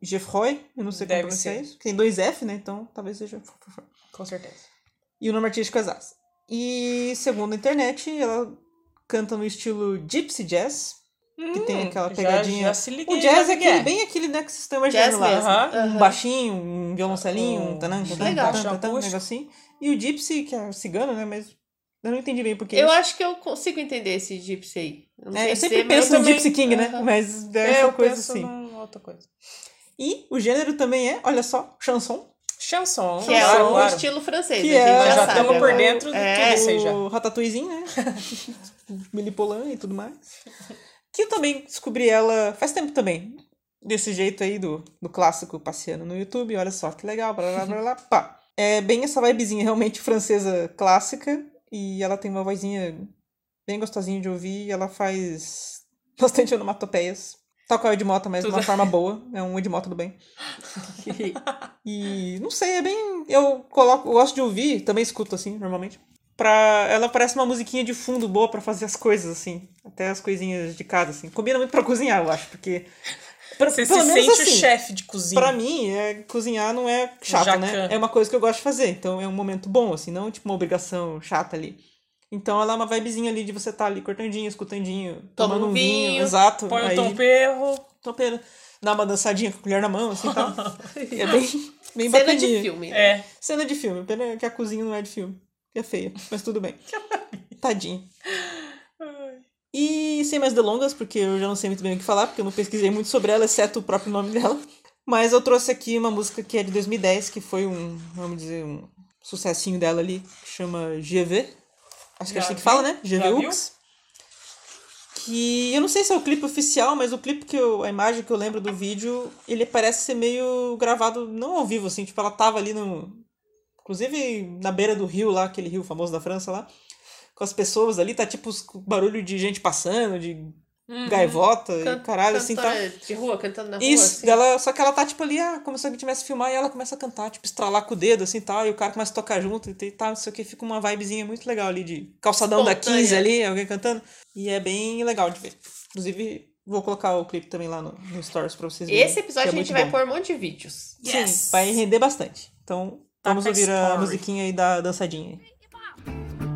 S4: Geoffroy, eu não sei como
S3: Deve
S4: pronunciar
S3: ser.
S4: isso. Tem dois F, né? Então talvez seja.
S3: com certeza.
S4: E o nome artístico é Zaz. E segundo a internet, ela canta no estilo Gypsy Jazz. Que tem aquela
S3: Hum, já-
S4: pegadinha.
S3: Já, se liguei,
S4: O jazz
S3: já
S4: é
S3: liguei.
S4: aquele, bem aquele, né, que vocês estão
S2: Jazz
S4: imaginando lá.
S2: mesmo.
S3: Aham.
S4: Um
S2: Aham.
S4: baixinho, um violoncelinho, um tanã, tanã,
S2: Legal.
S4: tanã, tanã,
S3: Baixo
S4: um
S3: acústico.
S4: negocinho. E o Gypsy, que é cigano, né? Mas eu não entendi bem porque.
S2: Eu acho que eu consigo entender esse gypsy aí. Eu, não sei
S4: É, eu sempre
S2: dizer, mas
S4: penso
S2: eu
S4: no
S2: também-
S4: Gypsy King, né?
S2: Aham.
S4: Mas é
S3: É,
S4: essa
S3: eu
S4: coisa
S3: penso
S4: assim.
S3: numa outra coisa.
S4: E o gênero também é, olha só, chanson.
S3: Chanson.
S2: Que é
S3: claro,
S2: o
S3: claro.
S2: estilo francês,
S4: Que
S2: a gente
S4: é-
S2: já
S3: Nós já
S2: sabe.
S3: estamos por
S2: agora.
S3: dentro de
S2: É.
S3: tudo isso aí já.
S4: o Ratatouillezinho, né? Milipolan e tudo mais. Que eu também descobri ela faz tempo também. Desse jeito aí do, do clássico passeando no YouTube. Olha só que legal, blá blá blá blá. Pá. É bem essa vibezinha realmente francesa clássica. E ela tem uma vozinha bem gostosinha de ouvir. E ela faz bastante onomatopeias. Tal qual o Edmota, mas de uma
S3: Tudo.
S4: forma boa. É um Edmota do bem. E não sei, é bem. Eu coloco, eu gosto de ouvir, também escuto assim, normalmente. Pra, ela parece uma musiquinha de fundo boa pra fazer as coisas, assim. Até as coisinhas de casa, assim. Combina muito pra cozinhar, eu acho, porque. pra-
S3: Você se
S4: pelo menos
S3: sente o
S4: assim,
S3: chefe de cozinha.
S4: Pra mim, é, cozinhar não é chato,
S3: Jacan.
S4: né? É uma coisa que eu gosto de fazer. Então é um momento bom, assim, não tipo uma obrigação chata ali. Então ela é uma vibezinha ali de você estar ali cortandinho, escutandinho,
S2: Toma
S4: tomando
S2: um
S4: um vinho,
S2: vinho,
S4: exato.
S3: Põe
S4: aí-
S3: o Tom Perro.
S4: tompeiro, dá uma dançadinha com a colher na mão, assim, tal. é bem, bem
S2: Cena
S4: bacaninha.
S2: de filme. né?
S3: É.
S4: Cena de filme. Pena que a cozinha não é de filme. que É feia, mas tudo bem. Tadinha. E sem mais delongas, porque eu já não sei muito bem o que falar, porque eu não pesquisei muito sobre ela, exceto o próprio nome dela. Mas eu trouxe aqui uma música que é de 2010, que foi um, vamos dizer, um sucessinho dela ali, que chama GV. Acho que é assim que
S3: Já
S4: fala,
S3: viu?
S4: né?
S3: Já
S4: GV
S3: viu?
S4: Ux. Que eu não sei se é o clipe oficial, mas o clipe que eu. A imagem que eu lembro do vídeo, ele parece ser meio gravado, não ao vivo, assim, tipo, ela tava ali no. Inclusive na beira do rio lá, aquele rio famoso da França lá. Com as pessoas ali, tá tipo os- barulho de gente passando, de
S3: Uhum.
S4: gaivota e
S2: Can-
S4: caralho, assim, tá.
S2: cantora de rua, cantando na rua.
S4: Isso,
S2: assim.
S4: dela, só que ela tá, tipo, ali, ah, como se alguém tivesse a filmar, e ela começa a cantar, tipo, estralar com o dedo, assim, tal, e o cara começa a tocar junto, e tal, não sei o que, fica uma vibezinha muito legal ali, de calçadão da
S2: Espontânea.
S4: 15 ali, alguém cantando, e é bem legal de ver. Inclusive, vou colocar o clipe também lá no, no Stories pra vocês verem.
S2: Esse episódio a
S4: que é
S2: gente
S4: muito
S2: vai
S4: bom.
S2: pôr um monte de vídeos.
S4: Sim, vai render bastante. Então,
S3: Tá
S4: vamos
S3: com a
S4: ouvir a
S3: story.
S4: musiquinha aí da dançadinha. aí.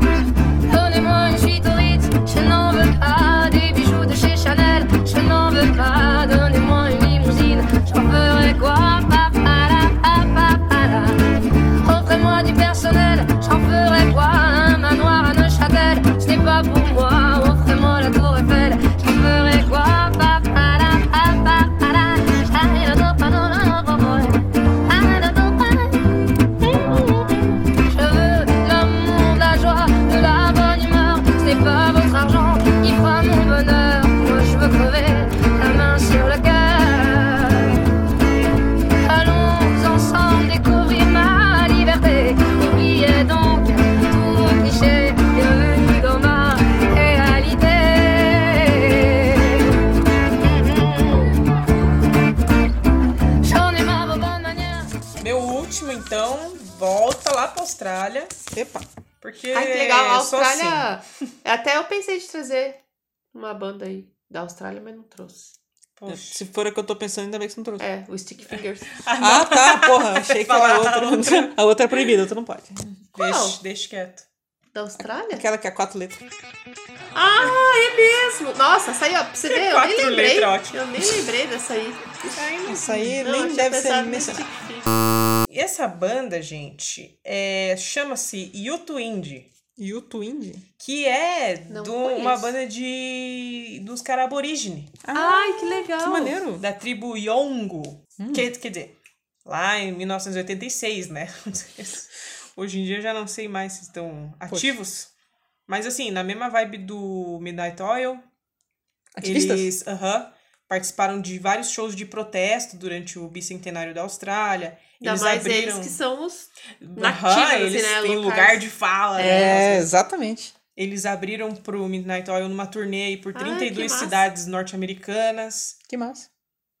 S1: Donnez-moi une suite aux hits, je n'en veux pas. Des bijoux de chez Chanel, je n'en veux pas. Donnez-moi une limousine, j'en ferai quoi Papara, papara. Offrez-moi du personnel, j'en ferai quoi Un manoir à Neuchâtel, ce n'est pas pour moi. Offrez-moi la tour Eiffel, j'en ferai quoi Papara, papara. I don't know, I don't know. Je veux de l'amour, de la joie, de la bonne humeur. Ce n'est pas votre argent qui fera mon bonheur. Moi, je veux crever la main sur le cœur. Allons ensemble découvrir ma liberté. Oubliez donc tous vos clichés. Bienvenue dans ma réalité. J'en ai marre vos bonnes manières.
S3: Meu último, então, volta lá pra Austrália.
S4: Epa!
S3: Porque.
S2: Ai, que legal. A
S3: eu sou assim.
S2: Austrália. Até eu pensei de trazer uma banda aí da Austrália, mas não trouxe.
S3: Poxa.
S4: Se for a que eu tô pensando, ainda bem que você não trouxe.
S2: É, o Stick Fingers.
S4: Ah, tá, porra, achei que era a
S3: Falar a
S4: outra. A outra é proibida, a outra não pode.
S3: Deixa, deixa quieto.
S2: Da Austrália?
S4: Aquela que é quatro letras.
S2: Ah, é mesmo! Nossa, essa aí, ó, pra você ver, eu nem
S3: Quatro
S2: lembrei.
S3: letras, ótimo.
S2: Eu nem lembrei dessa aí.
S4: Isso aí
S2: Não, é eu
S4: nem
S2: tinha
S4: deve ser
S2: pensado no
S4: mencionado.
S2: Stick Fingers.
S3: Essa banda, gente, é, chama-se Yuto Indie.
S4: E o Twindy?
S3: Que é
S2: Não
S3: de uma
S2: conheço.
S3: banda de. dos caras aborígenes.
S2: Ai, que legal.
S4: Que maneiro.
S3: da tribo Yongo. Que, quer dizer, lá em 1986, né? Hoje em dia eu já não sei mais se estão ativos. Mas assim, na mesma vibe do Midnight Oil,
S4: Ativistas?
S3: eles aham, participaram de vários shows de protesto durante o bicentenário da Austrália.
S2: Ainda
S3: eles
S2: mais
S3: abriram.
S2: eles que são os.
S3: Aham,
S2: nativos, assim,
S3: eles
S2: né,
S3: têm
S2: locais.
S3: lugar de fala,
S4: É,
S3: né?
S4: exatamente.
S3: Eles abriram pro Midnight Oil numa turnê aí por
S2: Ah, que
S3: 32
S2: massa.
S3: cidades norte-americanas.
S4: Que massa.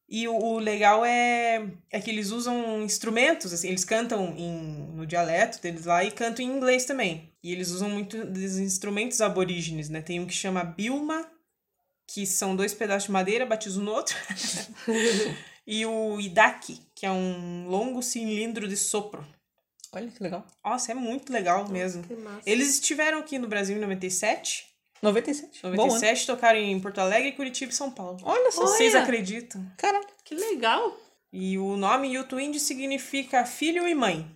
S3: E o, o legal é, é que eles usam instrumentos, assim, eles cantam em, no dialeto deles lá e cantam em inglês também. E eles usam muito dos instrumentos aborígenes, né? Tem um que chama Bilma, que são dois pedaços de madeira batidos um no outro. e o Idaki, que é um longo cilindro de sopro.
S4: Olha que legal.
S3: Nossa, é muito legal mesmo.
S2: Que massa.
S3: Eles estiveram aqui no Brasil em 97.
S4: 97. Bom ano.
S3: 97 tocaram em Porto Alegre, Curitiba e São Paulo.
S4: Olha só.
S3: Vocês
S2: Olha!
S3: acreditam?
S4: Caralho.
S2: Que legal.
S3: E o nome Yutuindi significa filho e mãe.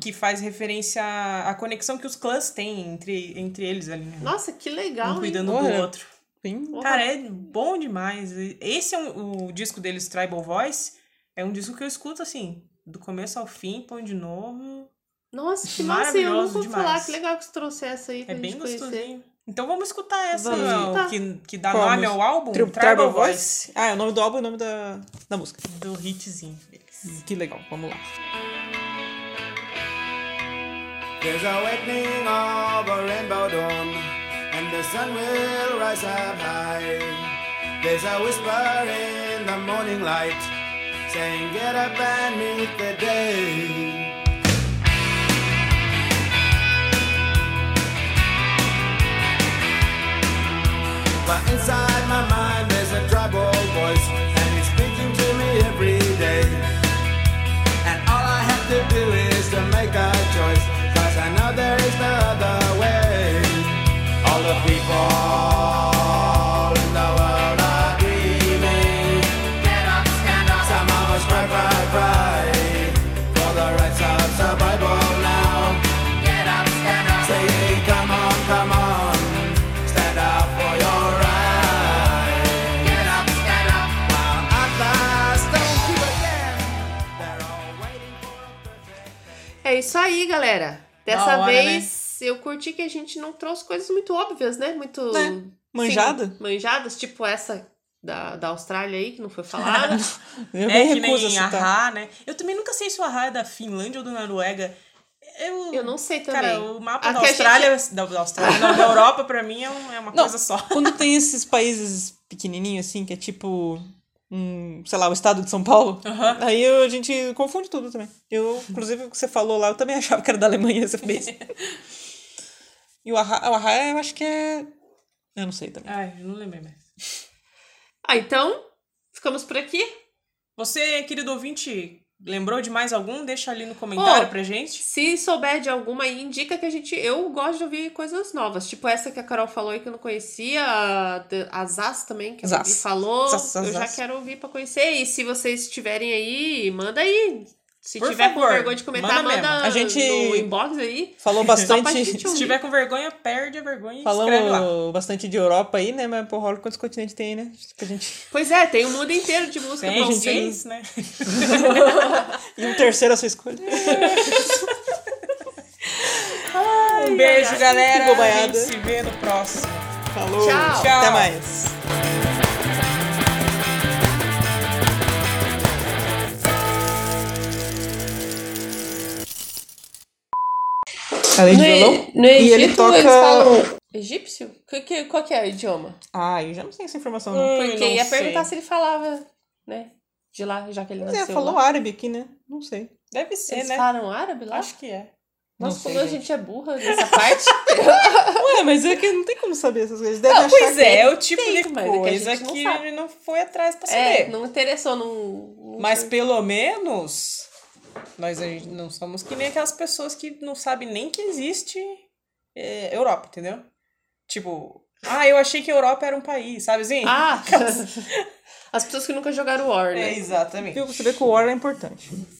S3: que faz referência à à conexão que os clãs têm entre, entre eles ali, né?
S2: Nossa, que legal,
S3: Um
S2: hein?
S3: cuidando
S4: Olha.
S3: do outro.
S4: Sim.
S2: Porra.
S3: Cara, é bom demais. Esse é um- o disco deles, Tribal Voice. É um disco que eu escuto assim, do começo ao fim, põe de novo.
S2: Nossa, que massa, eu nunca
S3: Maravilhoso
S2: ouvi falar.
S3: demais.
S2: Que legal que você trouxe essa aí pra
S3: É
S2: gente
S3: bem
S2: conhecer.
S3: gostosinho. Então vamos escutar essa,
S2: Vamos
S3: ó,
S2: escutar.
S3: que, que dá
S4: Qual a
S3: nome ao álbum?
S4: Tri- Tribal Voice? Ah, é o nome do álbum e o nome da, da música.
S3: Do hitzinho deles.
S4: Que legal, vamos lá.
S10: There's a whitening of a rainbow dawn, and the sun will rise up high. There's a whisper in the morning light, saying, Get up and meet the day. But inside my mind, there's a tribal voice, and it's speaking to me every day. And all I have to do is to make a choice. Cause I know there is no other way. All the people in the world are dreaming. Get up, stand up. Some of us cry, cry, cry. For the rights of survival now. Get up, stand up. Say, hey, come on, come on. Stand up for your right. Get up, stand up. Now, at last, don't give again. They're all waiting for a perfect
S2: É isso aí, galera. Dessa
S3: Da hora, né?
S2: vez eu curti que a gente não trouxe coisas muito óbvias, né? Muito.
S4: Né? Manjada?
S2: Sim, manjadas, tipo essa da, da Austrália aí, que não foi falada.
S4: Eu
S3: É
S4: nem
S3: que
S4: recuso a
S3: nem a
S4: citar.
S3: Ra, né? Eu também nunca sei se o Ra é da Finlândia ou da Noruega. Eu,
S2: eu não sei também.
S3: Cara, o mapa
S2: A
S3: da
S2: que a
S3: Austrália, da, da Austrália, não, da Europa, pra mim, é, um- é uma
S4: Não.
S3: coisa só.
S4: Quando tem esses países pequenininhos, assim, que é tipo, um, sei lá, o estado de São Paulo,
S3: Aham.
S4: aí eu- a gente confunde tudo também. Eu, inclusive, o que você falou lá, eu também achava que era da Alemanha essa vez. e o Ahá, o Ahá, eu acho que é... Eu não sei também.
S3: Ai, eu não lembrei mais.
S2: Ah, então, ficamos por aqui.
S3: Você, querido ouvinte, lembrou de mais algum? Deixa ali no comentário
S2: Pô.
S3: pra gente.
S2: Se souber de alguma aí, indica que a gente. Eu gosto de ouvir coisas novas. Tipo essa que a Carol falou aí que eu não conhecia. a- A Zaz também, que a
S4: Zaz.
S2: Zaz. falou.
S4: Zaz, Zaz,
S2: eu já
S4: Zaz.
S2: quero ouvir pra conhecer. E se vocês tiverem aí, manda aí. Se
S3: Por
S2: tiver
S3: favor,
S2: com vergonha de comentar,
S3: manda
S2: manda,
S3: mesmo.
S4: A gente-
S2: no inbox aí.
S4: Falou
S2: Só pra
S4: bastante...
S2: gente
S3: Se
S2: ouvir.
S3: tiver com vergonha, perde a vergonha e escreve lá.
S4: Falamos bastante de Europa aí, né? Mas, porra, olha quantos continentes tem, né? Pra gente...
S2: Pois é, tem o mundo inteiro de música
S3: Tem,
S2: pra
S3: gente,
S2: ouvir.
S3: tem isso, né?
S4: E um terceiro a sua escolha.
S3: Um beijo, galera.
S4: que
S3: A
S4: bobaiada.
S3: gente se vê no próximo.
S4: Falou.
S2: Tchau.
S4: Até mais. Além de violão? e ele toca.
S2: Egípcio? Que- que- qual que é o idioma?
S4: Ah, eu já não sei essa informação, não.
S2: Porque ia perguntar se ele falava, né? De lá, já que ele
S4: Mas é,
S2: nasceu
S4: falou
S2: lá.
S4: árabe aqui, né? Não sei.
S3: Deve ser,
S2: Eles
S3: né?
S2: falam árabe lá?
S3: Acho que é.
S4: Não
S2: Nossa,
S4: sei,
S2: como a
S4: gente.
S2: gente é burra nessa parte.
S4: Ué, mas é que não tem como saber essas coisas. Deve achar
S3: pois
S4: que-
S3: é, é o tipo
S2: tem,
S3: de
S2: mas é que a
S3: coisa
S2: gente não
S3: que
S2: sabe.
S3: ele não foi atrás pra saber.
S2: é, não interessou, não. não
S3: Mas
S2: sei.
S3: pelo menos nós a gente não somos que nem aquelas pessoas que não sabem nem que existe é, Europa, entendeu? Tipo, ah, eu achei que Europa era um país, sabe assim?
S2: Ah! as pessoas que nunca jogaram War,
S3: é,
S2: né?
S3: exatamente.
S4: Viu? Você vê que o War é importante.